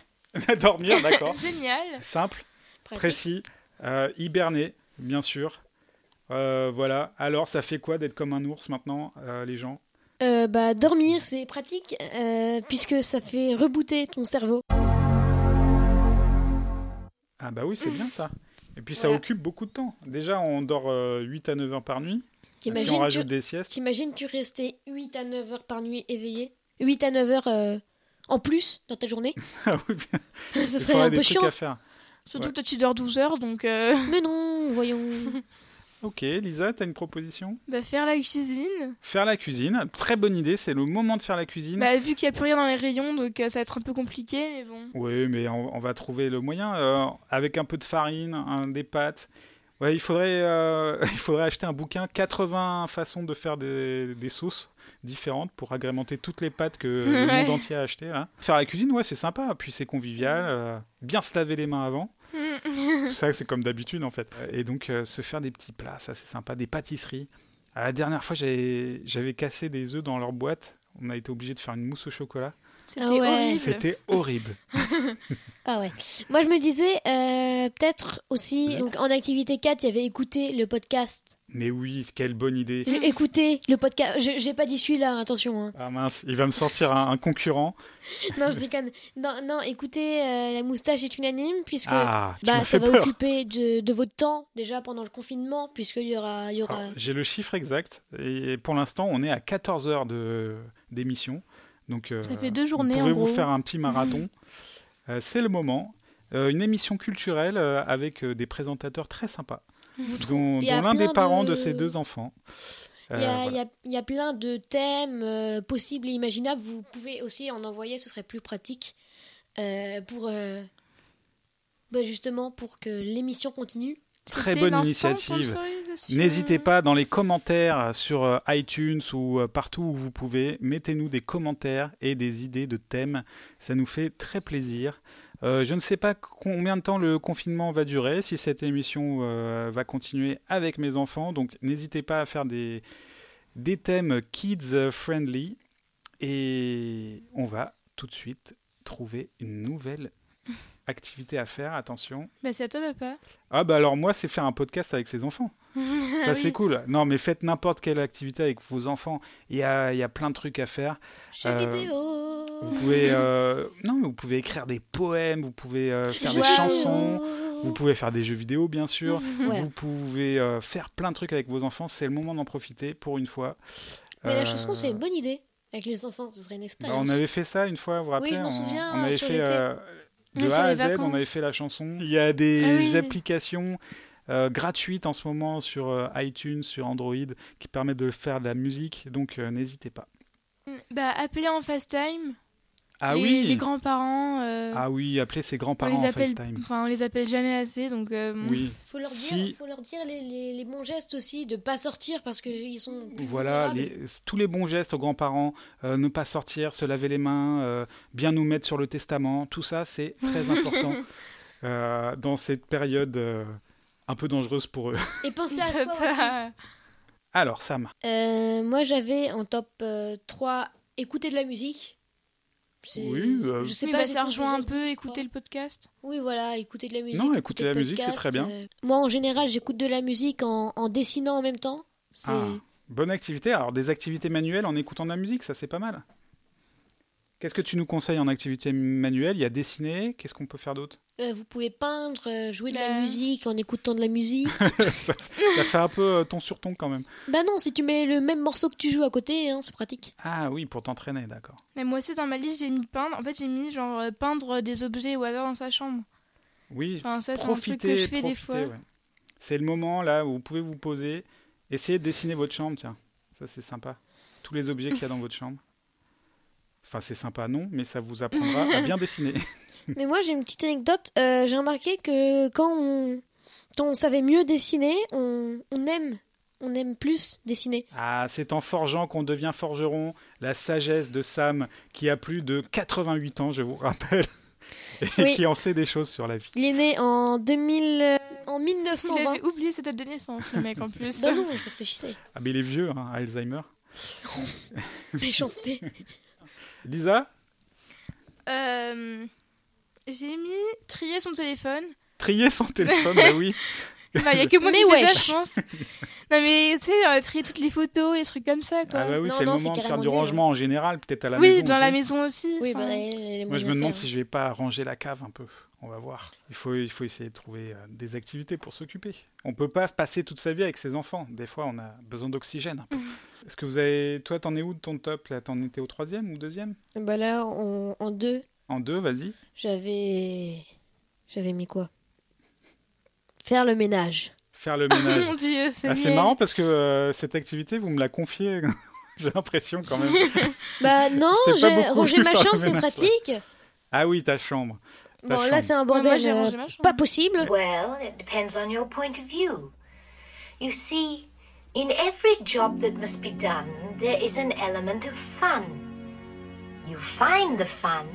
[SPEAKER 2] Dormir, d'accord.
[SPEAKER 1] Génial.
[SPEAKER 2] Simple,
[SPEAKER 3] pratique.
[SPEAKER 2] précis, euh, hiberner, bien sûr. Euh, voilà. Alors, ça fait quoi d'être comme un ours maintenant, euh, les gens
[SPEAKER 3] Euh, bah, dormir, c'est pratique euh, puisque ça fait rebooter ton cerveau.
[SPEAKER 2] Ah bah oui, c'est bien ça. Et puis, ça
[SPEAKER 3] Voilà.
[SPEAKER 2] occupe beaucoup de temps. Déjà, on dort euh, 8 à 9 heures par nuit. Si on
[SPEAKER 3] T'imagines, tu,
[SPEAKER 2] rajoute des siestes.
[SPEAKER 3] t'imagines tu restais 8 à 9 heures par nuit éveillé 8 à 9 heures euh, en plus dans ta journée
[SPEAKER 2] Ah oui, bien.
[SPEAKER 3] Ce
[SPEAKER 2] Il
[SPEAKER 3] serait
[SPEAKER 2] faudrait
[SPEAKER 3] un
[SPEAKER 2] des
[SPEAKER 3] peu
[SPEAKER 2] trucs
[SPEAKER 3] chiant.
[SPEAKER 2] à faire.
[SPEAKER 1] Surtout
[SPEAKER 2] Ouais.
[SPEAKER 1] que toi tu dors 12 heures donc euh,
[SPEAKER 3] Mais non, voyons.
[SPEAKER 2] Ok, Lisa, t'as une proposition
[SPEAKER 1] bah, faire la cuisine.
[SPEAKER 2] Faire la cuisine. Très bonne idée, c'est le moment de faire la cuisine.
[SPEAKER 1] Bah vu qu'il n'y a plus rien dans les rayons donc euh, ça va être un peu compliqué mais bon.
[SPEAKER 2] Oui, mais on, on va trouver le moyen euh, avec un peu de farine, un, des pâtes. Ouais, il faudrait, euh, il faudrait acheter un bouquin 80 façons de faire des, des sauces différentes pour agrémenter toutes les pâtes que le
[SPEAKER 1] Ouais.
[SPEAKER 2] monde entier a achetées. là. Faire la cuisine, ouais, c'est sympa. Puis c'est convivial. euh, bien se laver les mains avant. Tout ça, c'est comme d'habitude en fait. Et donc euh, se faire des petits plats, ça c'est sympa. Des pâtisseries. À la dernière fois, j'avais j'avais cassé des œufs dans leur boîte. On a été obligé de faire une mousse au chocolat.
[SPEAKER 1] C'était
[SPEAKER 3] Ah ouais.
[SPEAKER 1] horrible.
[SPEAKER 2] C'était horrible.
[SPEAKER 3] Ah ouais. Moi, je me disais, euh, peut-être aussi, donc en activité 4, il y avait écouter le podcast.
[SPEAKER 2] Mais oui, quelle bonne idée.
[SPEAKER 3] Le- écouter le podcast. Je- J'ai pas dit celui-là, attention. hein.
[SPEAKER 2] Ah mince, il va me sortir un, un concurrent.
[SPEAKER 3] Non, je déconne. Non, non écoutez, euh, la moustache est unanime, puisque
[SPEAKER 2] Ah, tu
[SPEAKER 3] bah,
[SPEAKER 2] m'as
[SPEAKER 3] ça
[SPEAKER 2] fait
[SPEAKER 3] va
[SPEAKER 2] peur.
[SPEAKER 3] occuper de, de votre temps, déjà pendant le confinement, puisqu'il y aura. il Y aura...
[SPEAKER 2] Alors, J'ai le chiffre exact. Et pour l'instant, on est à 14 heures de- d'émission. Donc, euh,
[SPEAKER 1] Ça fait deux journées, en
[SPEAKER 2] Vous pouvez vous
[SPEAKER 1] gros.
[SPEAKER 2] faire un petit marathon. Euh, C'est le moment. Euh, une émission culturelle euh, avec euh, des présentateurs très sympas, dont,
[SPEAKER 3] Il y a
[SPEAKER 2] dont l'un des
[SPEAKER 3] plein
[SPEAKER 2] parents de...
[SPEAKER 3] de-
[SPEAKER 2] ses deux enfants. Euh,
[SPEAKER 3] Il y, a,
[SPEAKER 2] voilà.
[SPEAKER 3] il y a- il y a plein de thèmes euh, possibles et imaginables. Vous pouvez aussi en envoyer, ce serait plus pratique euh, pour euh, bah, justement pour que l'émission continue.
[SPEAKER 2] Très
[SPEAKER 1] C'était
[SPEAKER 2] bonne
[SPEAKER 1] l'instant
[SPEAKER 2] initiative.
[SPEAKER 1] sponsorisation.
[SPEAKER 2] N'hésitez pas dans les commentaires sur euh, iTunes ou euh, partout où vous pouvez, mettez-nous des commentaires et des idées de thèmes, ça nous fait très plaisir. Euh, je ne sais pas combien de temps le confinement va durer, si cette émission euh, va continuer avec mes enfants, donc n'hésitez pas à faire des, des thèmes kids friendly et on va tout de suite trouver une nouvelle activité à faire, attention.
[SPEAKER 1] Bah, c'est à toi, papa.
[SPEAKER 2] Ah bah alors moi c'est faire un podcast avec ses enfants. Ça c'est cool. Non mais faites n'importe quelle activité avec vos enfants. Il y a, il y a plein de trucs à faire.
[SPEAKER 3] Jeux
[SPEAKER 2] Euh, Vous
[SPEAKER 3] vidéo.
[SPEAKER 2] pouvez euh, non mais vous pouvez écrire des poèmes, vous pouvez euh, faire
[SPEAKER 3] jeux
[SPEAKER 2] des
[SPEAKER 1] Wow.
[SPEAKER 2] chansons,
[SPEAKER 3] vidéo.
[SPEAKER 2] vous pouvez faire des jeux vidéo bien sûr.
[SPEAKER 3] Mm. Ouais.
[SPEAKER 2] Vous pouvez euh, faire plein de trucs avec vos enfants. C'est le moment d'en profiter pour une fois.
[SPEAKER 3] Mais
[SPEAKER 2] Euh,
[SPEAKER 3] la chanson, c'est une bonne idée. Avec les enfants, ce serait une
[SPEAKER 2] bah,
[SPEAKER 3] expérience.
[SPEAKER 2] on avait fait ça une fois, vous vous rappelez
[SPEAKER 3] Oui, je m'en
[SPEAKER 2] on-
[SPEAKER 3] souviens,
[SPEAKER 2] On, avait
[SPEAKER 3] sur
[SPEAKER 2] fait
[SPEAKER 3] l'été.
[SPEAKER 2] euh, de
[SPEAKER 1] Oui, sur
[SPEAKER 2] A à
[SPEAKER 1] les
[SPEAKER 2] Z,
[SPEAKER 1] vacances.
[SPEAKER 2] on avait fait la chanson. Il y a des
[SPEAKER 1] Ah oui.
[SPEAKER 2] applications euh, gratuites en ce moment sur euh, iTunes, sur Android, qui permettent de faire de la musique, donc euh, n'hésitez pas.
[SPEAKER 1] Bah, appelez en FaceTime.
[SPEAKER 2] Ah
[SPEAKER 1] les,
[SPEAKER 2] oui
[SPEAKER 1] Les grands-parents. euh,
[SPEAKER 2] Ah oui, appelez ses
[SPEAKER 1] on,
[SPEAKER 2] grands-parents
[SPEAKER 1] les
[SPEAKER 2] en
[SPEAKER 1] appelle,
[SPEAKER 2] FaceTime.
[SPEAKER 1] enfin, on les appelle jamais assez, donc. euh, bon.
[SPEAKER 2] Oui,
[SPEAKER 3] Faut leur dire,
[SPEAKER 2] Si-
[SPEAKER 3] faut leur dire les, les- les bons gestes aussi, de pas sortir parce qu'ils sont. plus
[SPEAKER 2] voilà,
[SPEAKER 3] vulnérables.
[SPEAKER 2] les- tous les bons gestes aux grands-parents, euh, ne pas sortir, se laver les mains, euh, bien nous mettre sur le testament, tout ça c'est très important euh, dans cette période euh, un peu dangereuse pour eux.
[SPEAKER 3] Et penser à soi aussi.
[SPEAKER 1] Papa.
[SPEAKER 2] Alors Sam,
[SPEAKER 3] Euh, moi, j'avais en top euh, 3 écouter de la musique. C'est-
[SPEAKER 2] Oui, euh,
[SPEAKER 3] je sais
[SPEAKER 1] Oui,
[SPEAKER 3] pas
[SPEAKER 1] bah,
[SPEAKER 3] si
[SPEAKER 1] ça
[SPEAKER 3] c'est
[SPEAKER 1] rejoint
[SPEAKER 3] déjà
[SPEAKER 1] un
[SPEAKER 3] dit,
[SPEAKER 1] peu
[SPEAKER 3] je
[SPEAKER 1] écouter le podcast.
[SPEAKER 3] crois. Oui, voilà, écouter de la musique.
[SPEAKER 2] Non, écouter la
[SPEAKER 3] le
[SPEAKER 2] musique, c'est
[SPEAKER 3] podcast,
[SPEAKER 2] très bien.
[SPEAKER 3] euh, Moi, en général, j'écoute de la musique en, en dessinant en même temps. C'est
[SPEAKER 2] Ah, bonne activité. Alors, des activités manuelles en écoutant de la musique, ça c'est pas mal. Qu'est-ce que tu nous conseilles en activité manuelle Il y a dessiner, qu'est-ce qu'on peut faire d'autre
[SPEAKER 3] euh, vous pouvez peindre, euh, jouer de la
[SPEAKER 1] Ouais.
[SPEAKER 3] musique en écoutant de la musique.
[SPEAKER 2] Ça fait un peu euh, ton sur ton quand même.
[SPEAKER 3] bah non, si tu mets le même morceau que tu joues à côté, hein, c'est pratique.
[SPEAKER 2] Ah oui, pour t'entraîner, d'accord.
[SPEAKER 1] Mais moi aussi, dans ma liste, j'ai mis peindre. En fait, j'ai mis genre euh, peindre des objets au hasard dans sa chambre.
[SPEAKER 2] Oui,
[SPEAKER 1] Enfin, ça, c'est un
[SPEAKER 2] profitez,
[SPEAKER 1] truc que je fais des
[SPEAKER 2] profitez,
[SPEAKER 1] fois.
[SPEAKER 2] ouais. C'est le moment là où vous pouvez vous poser, essayez de dessiner votre chambre, tiens. Ça c'est sympa. Tous les objets qu'il y a dans votre chambre. Enfin, c'est sympa, non, mais ça vous apprendra à bien dessiner.
[SPEAKER 3] Mais moi, j'ai une petite anecdote. Euh, j'ai remarqué que quand on, quand on savait mieux dessiner, on, on aime. On aime plus dessiner.
[SPEAKER 2] Ah, c'est en forgeant qu'on devient forgeron. La sagesse de Sam, qui a plus de 88 ans, je vous rappelle, et
[SPEAKER 3] Oui.
[SPEAKER 2] qui en sait des choses sur la vie.
[SPEAKER 3] Il est né en 2000, euh, en
[SPEAKER 1] Vous
[SPEAKER 3] 1920.
[SPEAKER 1] l'avez oublié cette date de naissance, le mec, en plus.
[SPEAKER 3] Bah Non, non, je réfléchissais.
[SPEAKER 2] Ah, mais il est vieux, hein, Alzheimer.
[SPEAKER 3] Méchanceté.
[SPEAKER 2] Lisa,
[SPEAKER 1] Euh, j'ai mis trier son téléphone.
[SPEAKER 2] trier son téléphone, bah oui.
[SPEAKER 1] Il n'y a que moi
[SPEAKER 3] Mais
[SPEAKER 1] qui fais ça,
[SPEAKER 3] wesh.
[SPEAKER 1] je pense. Non, mais tu sais, euh, trier toutes les photos et des trucs comme ça, quoi.
[SPEAKER 2] Ah, bah oui,
[SPEAKER 3] Non,
[SPEAKER 2] c'est le
[SPEAKER 3] non, c'est
[SPEAKER 2] moment de faire
[SPEAKER 3] carrément
[SPEAKER 2] du
[SPEAKER 3] nul,
[SPEAKER 2] rangement en général, peut-être à la
[SPEAKER 1] oui,
[SPEAKER 2] maison.
[SPEAKER 1] dans
[SPEAKER 2] aussi.
[SPEAKER 1] la maison aussi.
[SPEAKER 3] Oui, bah,
[SPEAKER 1] enfin.
[SPEAKER 3] elle, elle est
[SPEAKER 2] Moi, je me
[SPEAKER 3] moyenne
[SPEAKER 2] demande
[SPEAKER 3] faire.
[SPEAKER 2] si je vais pas ranger la cave un peu. On va voir. Il faut, il faut essayer de trouver euh, des activités pour s'occuper. On peut pas passer toute sa vie avec ses enfants. Des fois, on a besoin d'oxygène. un peu.
[SPEAKER 3] Mhm.
[SPEAKER 2] Est-ce que vous avez. Toi, t'en es où de ton top Là, t'en étais au troisième ou deuxième
[SPEAKER 3] Bah là, en- en deux,
[SPEAKER 2] En deux, vas-y.
[SPEAKER 3] j'avais. J'avais mis quoi Faire le ménage.
[SPEAKER 2] Faire le
[SPEAKER 1] Oh
[SPEAKER 2] ménage.
[SPEAKER 1] mon dieu, c'est
[SPEAKER 2] Ah, c'est marrant parce que euh, cette activité, vous me la confiez. J'ai l'impression quand même.
[SPEAKER 3] Bah non,
[SPEAKER 2] C'était pas
[SPEAKER 3] j'ai-
[SPEAKER 2] beaucoup
[SPEAKER 3] ranger
[SPEAKER 2] plus
[SPEAKER 3] ma
[SPEAKER 2] faire le
[SPEAKER 3] chambre, c'est
[SPEAKER 2] ménage, ouais.
[SPEAKER 3] pratique.
[SPEAKER 2] Ah oui, ta chambre. Ta
[SPEAKER 3] Bon,
[SPEAKER 2] chambre.
[SPEAKER 3] là, c'est un
[SPEAKER 1] Ouais,
[SPEAKER 3] bordel
[SPEAKER 1] moi, j'ai
[SPEAKER 3] euh,
[SPEAKER 1] rangé ma chambre.
[SPEAKER 3] pas possible.
[SPEAKER 5] Well, it depends on your point of view. You see, in every job that must be done, there is an element of fun. You find the fun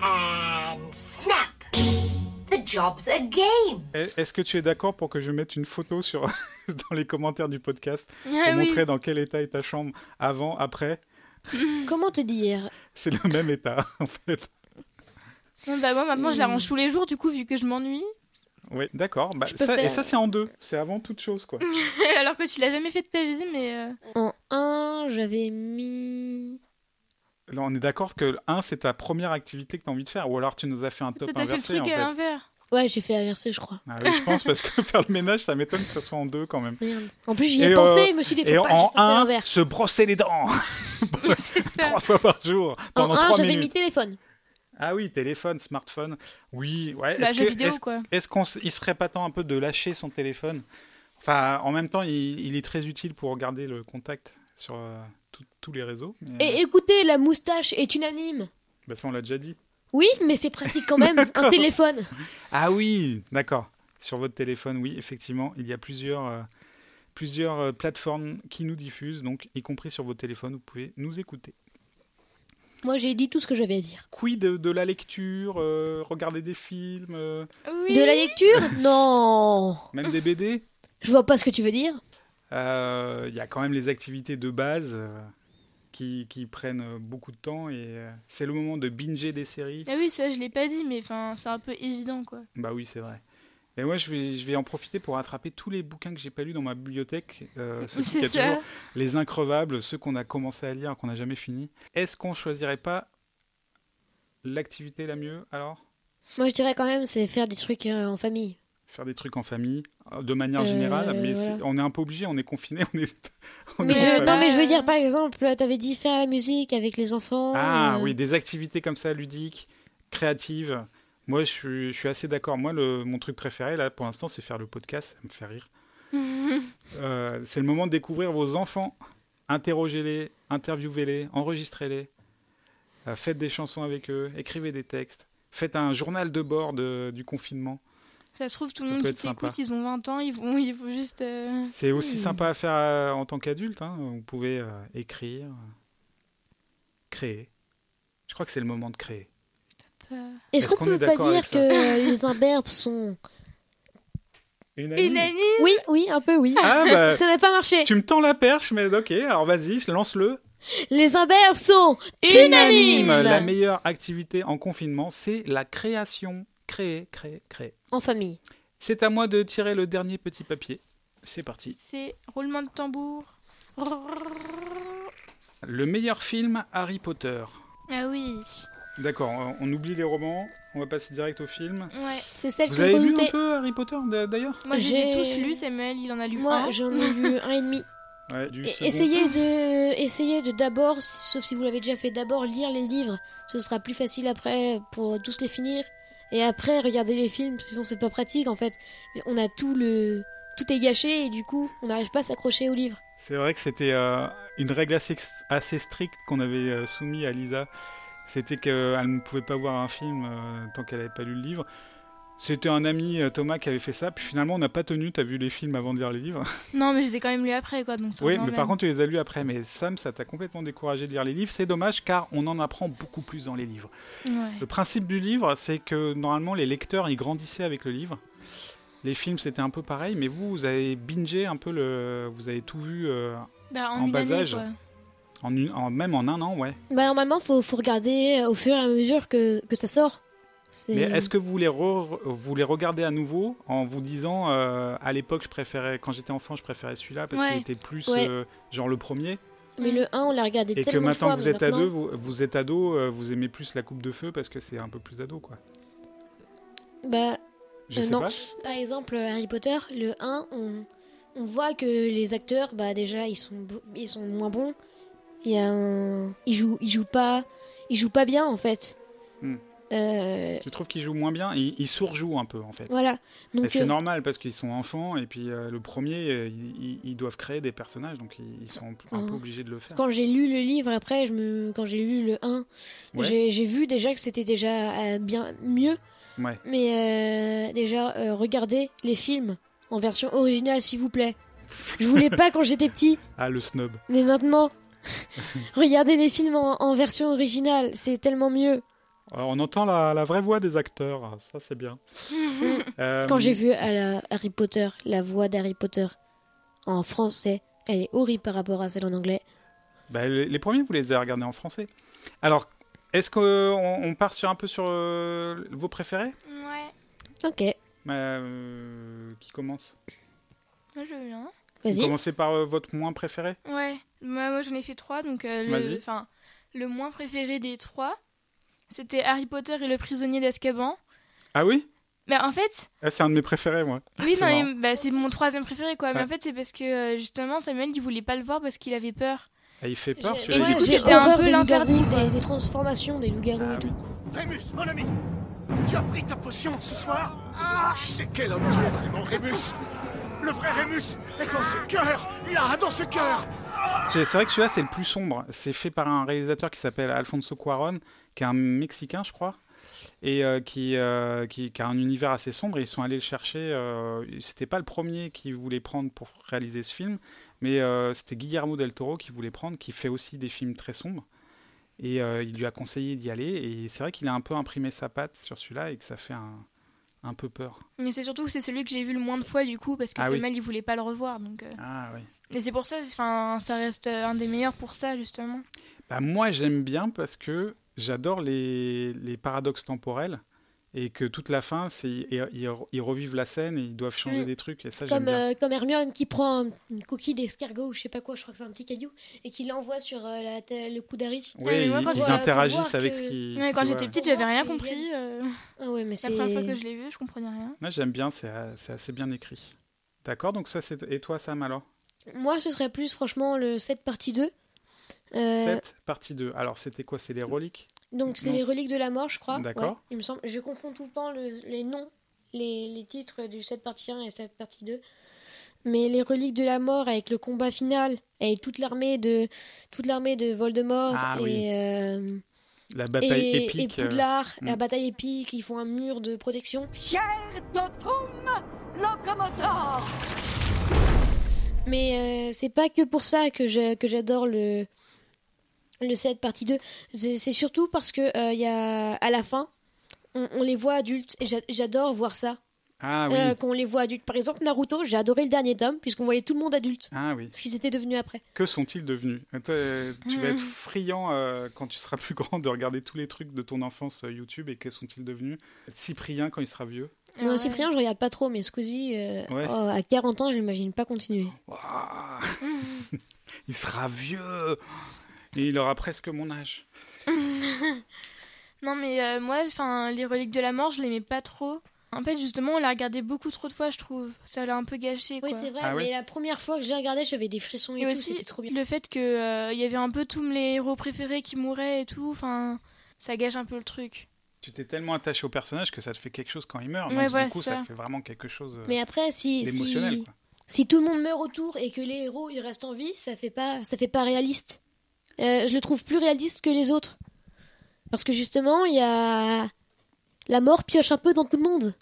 [SPEAKER 5] and snap! The job's a game!
[SPEAKER 2] Est- Est-ce que tu es d'accord pour que je mette une photo sur... dans les commentaires du podcast pour
[SPEAKER 1] Ah oui.
[SPEAKER 2] montrer dans quel état est ta chambre avant, après
[SPEAKER 3] Comment te dire
[SPEAKER 2] C'est le même état, en fait.
[SPEAKER 1] Non, bah, moi, maintenant, je la
[SPEAKER 2] Mmh.
[SPEAKER 1] range tous les jours, du coup, vu que je m'ennuie.
[SPEAKER 2] Oui, d'accord. Bah,
[SPEAKER 3] Je peux
[SPEAKER 2] ça- Et
[SPEAKER 3] faire-
[SPEAKER 2] ça, c'est en deux. C'est avant toute chose, quoi.
[SPEAKER 1] Alors que tu l'as jamais fait de ta vie, mais. euh,
[SPEAKER 3] En 1, j'avais mis.
[SPEAKER 2] Là, on est d'accord que 1, c'est ta première activité que tu as envie de faire. Ou alors, tu nous as fait un top
[SPEAKER 1] Toi, t'as fait le hein.
[SPEAKER 2] inversé,
[SPEAKER 1] truc
[SPEAKER 2] en
[SPEAKER 1] euh, à
[SPEAKER 2] fait.
[SPEAKER 1] l'inverse.
[SPEAKER 3] Ouais, j'ai fait inverser, je crois.
[SPEAKER 2] Ah oui, je pense, parce que faire le ménage, ça m'étonne que ça soit en deux, quand même.
[SPEAKER 3] Merde. En plus, j'y
[SPEAKER 2] Et,
[SPEAKER 3] ai
[SPEAKER 2] euh,
[SPEAKER 3] pensé, je me suis dit, faut
[SPEAKER 2] Et
[SPEAKER 3] pas que je
[SPEAKER 2] en
[SPEAKER 3] fasse à
[SPEAKER 2] 1,
[SPEAKER 3] l'envers.
[SPEAKER 2] se brosser les dents
[SPEAKER 1] c'est ça.
[SPEAKER 2] trois fois par jour
[SPEAKER 3] En
[SPEAKER 2] pendant
[SPEAKER 3] 1,
[SPEAKER 2] trois
[SPEAKER 3] j'avais mis
[SPEAKER 2] minutes.
[SPEAKER 3] téléphone.
[SPEAKER 2] Ah oui, téléphone, smartphone. Oui, ouais.
[SPEAKER 1] Bah,
[SPEAKER 2] est-ce
[SPEAKER 1] jeux
[SPEAKER 2] que-
[SPEAKER 1] vidéo,
[SPEAKER 2] est-ce-
[SPEAKER 1] quoi.
[SPEAKER 2] Est-ce qu'on s- il serait pas temps un peu de lâcher son téléphone Enfin, en même temps, il, il est très utile pour garder le contact sur euh, tout- tous les réseaux. mais, euh,
[SPEAKER 3] Et écoutez, la moustache est unanime.
[SPEAKER 2] bah, ça, on l'a déjà dit.
[SPEAKER 3] Oui, mais c'est pratique quand même, un
[SPEAKER 2] D'accord.
[SPEAKER 3] téléphone.
[SPEAKER 2] Ah oui, d'accord. Sur votre téléphone, oui, effectivement, il y a plusieurs, euh, plusieurs euh, plateformes qui nous diffusent, donc y compris sur vos téléphones, vous pouvez nous écouter.
[SPEAKER 3] Moi, j'ai dit tout ce que j'avais à dire.
[SPEAKER 2] Quid de, de la lecture, euh, regarder des films, euh,
[SPEAKER 1] Oui.
[SPEAKER 3] De la lecture Non.
[SPEAKER 2] même des BD
[SPEAKER 3] Je vois pas ce que tu veux dire.
[SPEAKER 2] Euh, Il y a quand même les activités de base euh, qui, qui prennent euh, beaucoup de temps et euh, c'est le moment de binger des séries.
[SPEAKER 1] Ah oui, ça, je l'ai pas dit, mais enfin, c'est un peu évident, quoi.
[SPEAKER 2] Bah oui, c'est vrai. Et moi, je vais, je vais en profiter pour rattraper tous les bouquins que j'ai pas lus dans ma bibliothèque. euh, ceux qu'il y
[SPEAKER 1] C'est
[SPEAKER 2] a
[SPEAKER 1] ça.
[SPEAKER 2] toujours les increvables, ceux qu'on a commencé à lire, qu'on n'a jamais fini. Est-ce qu'on choisirait pas l'activité la mieux alors
[SPEAKER 3] Moi, je dirais quand même, c'est faire des trucs euh, en famille.
[SPEAKER 2] Faire des trucs en famille, euh, de manière
[SPEAKER 3] Euh,
[SPEAKER 2] générale, mais c'est-
[SPEAKER 3] voilà.
[SPEAKER 2] on est un peu obligé, on est confiné, on est. on
[SPEAKER 3] Mais
[SPEAKER 2] est
[SPEAKER 1] Ouais,
[SPEAKER 3] je-
[SPEAKER 2] en
[SPEAKER 3] non,
[SPEAKER 2] famille.
[SPEAKER 3] mais je veux dire, par exemple, euh, t'avais dit faire la musique avec les enfants.
[SPEAKER 2] Ah
[SPEAKER 3] euh,
[SPEAKER 2] oui, des activités comme ça, ludiques, créatives. Moi, je suis, je suis assez d'accord. Moi, le, mon truc préféré, là, pour l'instant, c'est faire le podcast. Ça me fait rire. Euh, c'est le moment de découvrir vos enfants. Interrogez-les, interviewez-les, enregistrez-les. Euh, faites des chansons avec eux, écrivez des textes. Faites un journal de bord de- du confinement.
[SPEAKER 1] Ça se trouve, tout le
[SPEAKER 2] Ça
[SPEAKER 1] monde
[SPEAKER 2] peut
[SPEAKER 1] qui
[SPEAKER 2] être sympa.
[SPEAKER 1] t'écoute, ils ont 20 ans, ils vont, ils vont juste. euh,
[SPEAKER 2] C'est aussi
[SPEAKER 3] Hmm.
[SPEAKER 2] sympa à faire euh, en tant qu'adulte. hein. Vous pouvez euh, écrire, euh, créer. Je crois que c'est le moment de créer. Bah
[SPEAKER 1] pas-
[SPEAKER 3] Est-ce
[SPEAKER 2] Est-ce
[SPEAKER 3] qu'on
[SPEAKER 2] qu'on
[SPEAKER 3] peut
[SPEAKER 2] est
[SPEAKER 3] pas
[SPEAKER 2] d'accord
[SPEAKER 3] dire
[SPEAKER 2] avec ça
[SPEAKER 3] que les imberbes sont.
[SPEAKER 2] Une
[SPEAKER 1] Une année
[SPEAKER 3] Oui, oui, un peu, oui.
[SPEAKER 2] Ah bah,
[SPEAKER 3] Ça n'a pas marché.
[SPEAKER 2] Tu me tends la perche, mais ok, alors vas-y, je lance-le.
[SPEAKER 3] Les imberbes sont
[SPEAKER 2] Unanime
[SPEAKER 3] unanimes
[SPEAKER 2] La meilleure activité en confinement, c'est la création. Créer, créer, créer.
[SPEAKER 3] en famille.
[SPEAKER 2] C'est à moi de tirer le dernier petit papier. C'est parti.
[SPEAKER 1] C'est roulement de tambour.
[SPEAKER 2] Le meilleur film Harry Potter.
[SPEAKER 1] Ah oui.
[SPEAKER 2] D'accord, on- on oublie les romans, on va passer direct au film.
[SPEAKER 1] Ouais.
[SPEAKER 3] C'est celle
[SPEAKER 2] Vous
[SPEAKER 3] que je
[SPEAKER 2] avez lu un
[SPEAKER 3] redoutais.
[SPEAKER 2] peu Harry Potter d- d'ailleurs
[SPEAKER 1] Moi, je les ai
[SPEAKER 3] J'ai-
[SPEAKER 1] tous lus, Samuel, il en a lu un.
[SPEAKER 2] Ah.
[SPEAKER 3] Moi, j'en ai lu un et demi.
[SPEAKER 2] Ouais, du
[SPEAKER 3] Et-
[SPEAKER 2] second.
[SPEAKER 3] E-, Essayez de, essayez de d'abord, sauf si vous l'avez déjà fait, d'abord lire les livres. Ce sera plus facile après pour tous les finir. Et après, regardez les films, sinon c'est pas pratique en fait. On a tout le, tout est gâché et du coup, on n'arrive pas à s'accrocher aux livres.
[SPEAKER 2] C'est vrai que c'était euh, une règle assez, assez stricte qu'on avait euh, soumise à Lisa. C'était qu'elle ne pouvait pas voir un film euh, tant qu'elle n'avait pas lu le livre. C'était un ami, euh, Thomas, qui avait fait ça. Puis finalement, on n'a pas tenu. Tu as vu les films avant de lire les livres.
[SPEAKER 1] Non, mais je les ai quand même lus après, quoi. Donc ça
[SPEAKER 2] oui,
[SPEAKER 1] va
[SPEAKER 2] mais
[SPEAKER 1] même.
[SPEAKER 2] par contre, tu les as lus après. Mais Sam, ça t'a complètement découragé de lire les livres. C'est dommage car on en apprend beaucoup plus dans les livres.
[SPEAKER 1] Ouais.
[SPEAKER 2] Le principe du livre, c'est que normalement les lecteurs ils grandissaient avec le livre. Les films c'était un peu pareil, mais vous, vous avez bingé un peu le. Vous avez tout vu euh,
[SPEAKER 1] Bah, en,
[SPEAKER 2] En
[SPEAKER 1] une
[SPEAKER 2] bas
[SPEAKER 1] année,
[SPEAKER 2] âge.
[SPEAKER 1] quoi.
[SPEAKER 2] en une- en- même en un an, ouais.
[SPEAKER 3] Bah normalement, faut, faut regarder euh, au fur et à mesure que, que ça sort. C'est-
[SPEAKER 2] Mais est-ce que vous les, re- vous les regardez à nouveau en vous disant euh, à l'époque je préférais quand j'étais enfant je préférais celui-là parce qu'il
[SPEAKER 1] Ouais.
[SPEAKER 2] était plus
[SPEAKER 3] Ouais.
[SPEAKER 2] euh, genre le premier
[SPEAKER 3] Mais le 1, on l'a regardé
[SPEAKER 2] et que
[SPEAKER 3] tellement de
[SPEAKER 2] maintenant
[SPEAKER 3] fois,
[SPEAKER 2] que vous
[SPEAKER 3] mais
[SPEAKER 2] êtes ado
[SPEAKER 3] maintenant-
[SPEAKER 2] vous, vous êtes ado euh, vous aimez plus la coupe de feu parce que c'est un peu plus ado quoi.
[SPEAKER 3] Bah,
[SPEAKER 2] Je
[SPEAKER 3] Euh,
[SPEAKER 2] sais
[SPEAKER 3] non.
[SPEAKER 2] pas.
[SPEAKER 3] Par exemple, Harry Potter, le 1, on, on voit que les acteurs, bah déjà, ils sont, bo- ils sont moins bons. Il y a un- ils, jouent, ils jouent pas, ils jouent pas bien en fait.
[SPEAKER 2] Hmm.
[SPEAKER 3] Euh,
[SPEAKER 2] Tu trouves qu'ils jouent moins bien Ils, ils surjouent un peu, en fait.
[SPEAKER 3] voilà.
[SPEAKER 2] Et
[SPEAKER 3] Donc,
[SPEAKER 2] c'est
[SPEAKER 3] euh,
[SPEAKER 2] normal parce qu'ils sont enfants et puis euh, le premier, euh, ils, ils- ils doivent créer des personnages donc ils, ils sont un, peu- un peu
[SPEAKER 3] Oh.
[SPEAKER 2] obligés de le faire.
[SPEAKER 3] quand j'ai lu le livre après, je me... quand j'ai lu le 1,
[SPEAKER 2] Ouais.
[SPEAKER 3] j'ai j'ai vu déjà que c'était déjà euh, bien mieux.
[SPEAKER 2] Ouais.
[SPEAKER 3] Mais euh, déjà, euh, regardez les films en version originale, s'il vous plaît. Je voulais pas quand j'étais petit,
[SPEAKER 2] Ah, le snob.
[SPEAKER 3] mais maintenant, regardez les films en, en version originale, c'est tellement mieux.
[SPEAKER 2] Alors, on entend la, la vraie voix des acteurs, Ah, ça c'est bien.
[SPEAKER 1] Ah
[SPEAKER 2] Euh,
[SPEAKER 3] Quand j'ai vu à la Harry Potter, la voix d'Harry Potter en français, elle est horrible par rapport à celle en anglais.
[SPEAKER 2] bah, les, les premiers, vous les avez regardés en français. Alors, est-ce qu'on on part sur un peu sur euh, vos préférés
[SPEAKER 1] Ouais,
[SPEAKER 3] Ok,
[SPEAKER 2] Euh, Qui commence
[SPEAKER 1] moi je veux bien.
[SPEAKER 2] Vous
[SPEAKER 3] vas-y.
[SPEAKER 2] Commencez par euh, votre moins préféré
[SPEAKER 1] Ouais, moi, moi j'en ai fait trois, donc euh, le,
[SPEAKER 2] Vas-y.
[SPEAKER 1] enfin, le moins préféré des trois, c'était Harry Potter et le prisonnier d'Azkaban.
[SPEAKER 2] Ah oui
[SPEAKER 1] Mais en fait,
[SPEAKER 2] Ah, C'est un de mes préférés, moi.
[SPEAKER 1] Oui,
[SPEAKER 2] C'est
[SPEAKER 1] non, mais,
[SPEAKER 2] marrant.
[SPEAKER 1] bah, c'est mon troisième préféré, quoi. Mais
[SPEAKER 2] Ouais.
[SPEAKER 1] en fait, c'est parce que euh, justement, Samuel, il voulait pas le voir parce qu'il avait peur.
[SPEAKER 2] Ah, il fait peur
[SPEAKER 3] J'ai-
[SPEAKER 1] Et
[SPEAKER 2] celui-là.
[SPEAKER 1] du
[SPEAKER 3] ouais,
[SPEAKER 1] coup,
[SPEAKER 3] j'ai
[SPEAKER 1] c'était un
[SPEAKER 3] horreur
[SPEAKER 1] peu
[SPEAKER 3] des
[SPEAKER 1] l'interdit,
[SPEAKER 3] loups-garous,
[SPEAKER 1] quoi.
[SPEAKER 3] Des, des transformations des loups-garous
[SPEAKER 2] Ah
[SPEAKER 3] et
[SPEAKER 2] oui.
[SPEAKER 3] tout.
[SPEAKER 10] Rémus, mon ami Tu as pris ta potion ce soir Ah, c'est quel homme tu es vraiment, Rémus Le vrai Rémus est dans ce cœur Là, dans ce cœur
[SPEAKER 2] C'est c'est vrai que celui-là, c'est le plus sombre. C'est fait par un réalisateur qui s'appelle Alfonso Cuaron, qui est un Mexicain, je crois, et euh, qui, euh, qui, qui a un univers assez sombre. Et ils sont allés le chercher. euh, c'était pas le premier qui voulait prendre pour réaliser ce film, mais euh, c'était Guillermo del Toro qui voulait prendre, qui fait aussi des films très sombres. Et euh, il lui a conseillé d'y aller. Et c'est vrai qu'il a un peu imprimé sa patte sur celui-là et que ça fait un, un peu peur.
[SPEAKER 1] Mais c'est surtout que c'est celui que j'ai vu le moins de fois, du coup, parce que
[SPEAKER 2] Ah oui.
[SPEAKER 1] Samuel, il voulait pas le revoir. Donc, euh.
[SPEAKER 2] Ah oui.
[SPEAKER 1] Et c'est pour ça, enfin, ça reste euh, un des meilleurs pour ça, justement.
[SPEAKER 2] Bah, moi, j'aime bien parce que j'adore les, les paradoxes temporels et que toute la fin, c'est ils, ils- ils revivent la scène et ils doivent changer
[SPEAKER 3] Mm.
[SPEAKER 2] des trucs. Et ça, j'aime
[SPEAKER 3] Comme,
[SPEAKER 2] bien.
[SPEAKER 3] euh, comme Hermione qui prend un- une coquille d'escargot ou je sais pas quoi, je crois que c'est un petit caillou, et qui l'envoie sur euh, la te- le cou d'Harry.
[SPEAKER 2] Oui,
[SPEAKER 1] ouais, mais moi,
[SPEAKER 2] ils,
[SPEAKER 1] quand
[SPEAKER 2] ils
[SPEAKER 1] j'étais-
[SPEAKER 3] pour
[SPEAKER 2] interagissent
[SPEAKER 3] voir
[SPEAKER 2] avec
[SPEAKER 3] que-
[SPEAKER 2] ce qui.
[SPEAKER 1] Ouais,
[SPEAKER 2] ce
[SPEAKER 1] quand
[SPEAKER 2] qui-
[SPEAKER 1] j'étais
[SPEAKER 2] ouais.
[SPEAKER 1] petite, j'avais rien
[SPEAKER 3] Pour voir
[SPEAKER 1] compris. euh,
[SPEAKER 3] Ah ouais, mais
[SPEAKER 1] La
[SPEAKER 3] c'est.
[SPEAKER 1] première fois que je l'ai vu, je comprenais rien.
[SPEAKER 2] Moi, j'aime bien, c'est euh, c'est assez bien écrit. D'accord, donc ça, c'est. Et toi, Sam, alors
[SPEAKER 3] Moi, ce serait plus franchement le 7 partie 2. Euh,
[SPEAKER 2] 7, partie 2. Alors, c'était quoi C'est les reliques
[SPEAKER 3] donc, c'est
[SPEAKER 2] non,
[SPEAKER 3] les
[SPEAKER 2] c'est-
[SPEAKER 3] reliques de la mort, je crois.
[SPEAKER 2] D'accord.
[SPEAKER 3] Ouais, il me semble. Je confonds tout le temps le- les noms, les, les titres du 7 partie 1 et 7 partie 2. Mais les reliques de la mort avec le combat final, avec toute l'armée de, toute l'armée de Voldemort
[SPEAKER 2] Ah
[SPEAKER 3] et.
[SPEAKER 2] oui.
[SPEAKER 3] euh,
[SPEAKER 2] La bataille
[SPEAKER 3] et, et
[SPEAKER 2] épique. euh,
[SPEAKER 3] Poudlard, la
[SPEAKER 2] hmm.
[SPEAKER 3] bataille épique, ils font un mur de protection. Mais euh, c'est pas que pour ça que je- que j'adore le le 7 partie 2. C'est c'est surtout parce que euh, y a à la fin on, on les voit adultes et j'a- j'adore voir ça.
[SPEAKER 2] Ah oui.
[SPEAKER 3] Euh, Qu'on les voit adultes. Par exemple Naruto, j'ai adoré le dernier tome puisqu'on voyait tout le monde adulte.
[SPEAKER 2] Ah oui.
[SPEAKER 3] Ce qu'ils étaient devenus après.
[SPEAKER 2] Que sont-ils devenus Euh, toi, euh, Tu vas être friand euh, quand tu seras plus grand de regarder tous les trucs de ton enfance euh, YouTube et que sont-ils devenus Cyprien quand il sera vieux
[SPEAKER 3] Non,
[SPEAKER 1] Ah Ouais.
[SPEAKER 3] Cyprien, je regarde pas trop, mais Squeezie, euh,
[SPEAKER 2] Ouais.
[SPEAKER 3] oh, à 40 ans, je l'imagine pas continuer.
[SPEAKER 2] Ouah. Il sera vieux et il aura presque mon âge.
[SPEAKER 1] Non, mais euh, moi, enfin, les reliques de la mort, je l'aimais pas trop. En fait, justement, on l'a regardé beaucoup trop de fois, je trouve. Ça l'a un peu gâché.
[SPEAKER 3] Oui,
[SPEAKER 1] quoi.
[SPEAKER 3] c'est vrai,
[SPEAKER 2] Ah
[SPEAKER 3] mais
[SPEAKER 2] ouais.
[SPEAKER 3] la première fois que j'ai regardé, j'avais des frissons et,
[SPEAKER 1] Et
[SPEAKER 3] tout,
[SPEAKER 1] aussi,
[SPEAKER 3] c'était trop bien.
[SPEAKER 1] le fait que euh, il y avait un peu tous mes héros préférés qui mouraient et tout, enfin, ça gâche un peu le truc.
[SPEAKER 2] Tu t'es tellement attaché au personnage que ça te fait quelque chose quand il meurt.
[SPEAKER 1] Ouais,
[SPEAKER 2] donc
[SPEAKER 1] voilà,
[SPEAKER 2] du coup,
[SPEAKER 1] c'est
[SPEAKER 2] ça.
[SPEAKER 1] ça.
[SPEAKER 2] fait vraiment quelque chose euh,
[SPEAKER 3] Mais après, si,
[SPEAKER 2] d'émotionnel.
[SPEAKER 3] si,
[SPEAKER 2] quoi.
[SPEAKER 3] si tout le monde meurt autour et que les héros ils restent en vie, ça fait pas, ça fait pas réaliste. Euh, je le trouve plus réaliste que les autres. Parce que justement, il y a. La mort pioche un peu dans tout le monde.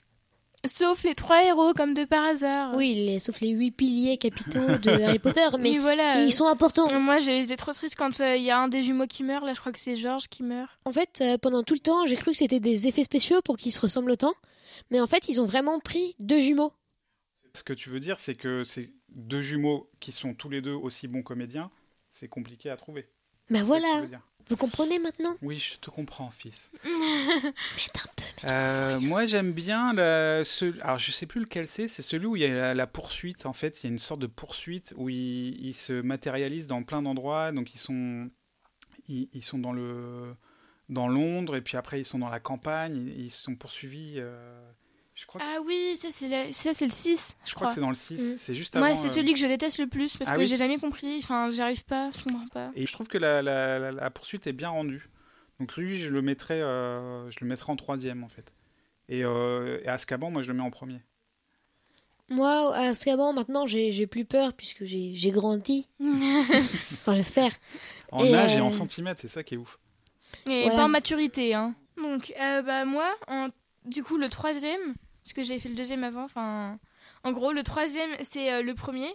[SPEAKER 1] Sauf les trois héros, comme de par hasard.
[SPEAKER 3] Oui, les- sauf les huit piliers capitaux de Harry Potter, mais
[SPEAKER 1] mais voilà.
[SPEAKER 3] ils sont importants.
[SPEAKER 1] Moi, j'ai- j'étais trop triste quand euh, il y a un des jumeaux qui meurt. Là, je crois que c'est Georges qui meurt.
[SPEAKER 3] En fait, euh, pendant tout le temps, j'ai cru que c'était des effets spéciaux pour qu'ils se ressemblent autant. Mais en fait, ils ont vraiment pris deux jumeaux.
[SPEAKER 2] Ce que tu veux dire, c'est que c'est deux jumeaux qui sont tous les deux aussi bons comédiens. C'est compliqué à trouver.
[SPEAKER 3] Ben
[SPEAKER 2] C'est ce que tu
[SPEAKER 3] voilà,
[SPEAKER 2] veux dire.
[SPEAKER 3] vous comprenez maintenant
[SPEAKER 2] Oui, je te comprends, fils.
[SPEAKER 3] Mette un peu, mette
[SPEAKER 2] Euh, moi j'aime bien la, ce- alors je sais plus lequel c'est, c'est celui où il y a la, la poursuite en fait, il y a une sorte de poursuite où ils, ils se matérialisent dans plein d'endroits, donc ils sont ils, ils sont dans le dans Londres et puis après ils sont dans la campagne, ils, ils sont poursuivis. euh, je crois que,
[SPEAKER 1] Ah oui, ça, c'est le, ça, c'est le 6, je,
[SPEAKER 2] je crois que c'est dans le 6,
[SPEAKER 3] Mm.
[SPEAKER 2] c'est juste avant.
[SPEAKER 1] Moi, c'est
[SPEAKER 2] euh,
[SPEAKER 1] celui que je déteste le plus parce
[SPEAKER 2] Ah
[SPEAKER 1] que
[SPEAKER 2] oui
[SPEAKER 1] j'ai jamais compris. Enfin, j'arrive pas, je comprends pas.
[SPEAKER 2] Et je trouve que la, la- la- la poursuite est bien rendue. Donc lui, je le mettrais, euh, je le mettrais en troisième en fait. Et, euh, et Azkaban, moi, je le mets en premier.
[SPEAKER 3] Moi, à Azkaban, maintenant, j'ai j'ai plus peur puisque j'ai j'ai grandi. enfin, j'espère.
[SPEAKER 2] En
[SPEAKER 3] Et,
[SPEAKER 2] âge et
[SPEAKER 3] euh,
[SPEAKER 2] en centimètres, c'est ça qui est ouf.
[SPEAKER 1] Et
[SPEAKER 3] Voilà.
[SPEAKER 1] pas en maturité. Hein. Donc, euh, bah, moi, en- du coup, le troisième, parce que j'ai fait le deuxième avant, enfin. En gros, le troisième, c'est euh, le premier.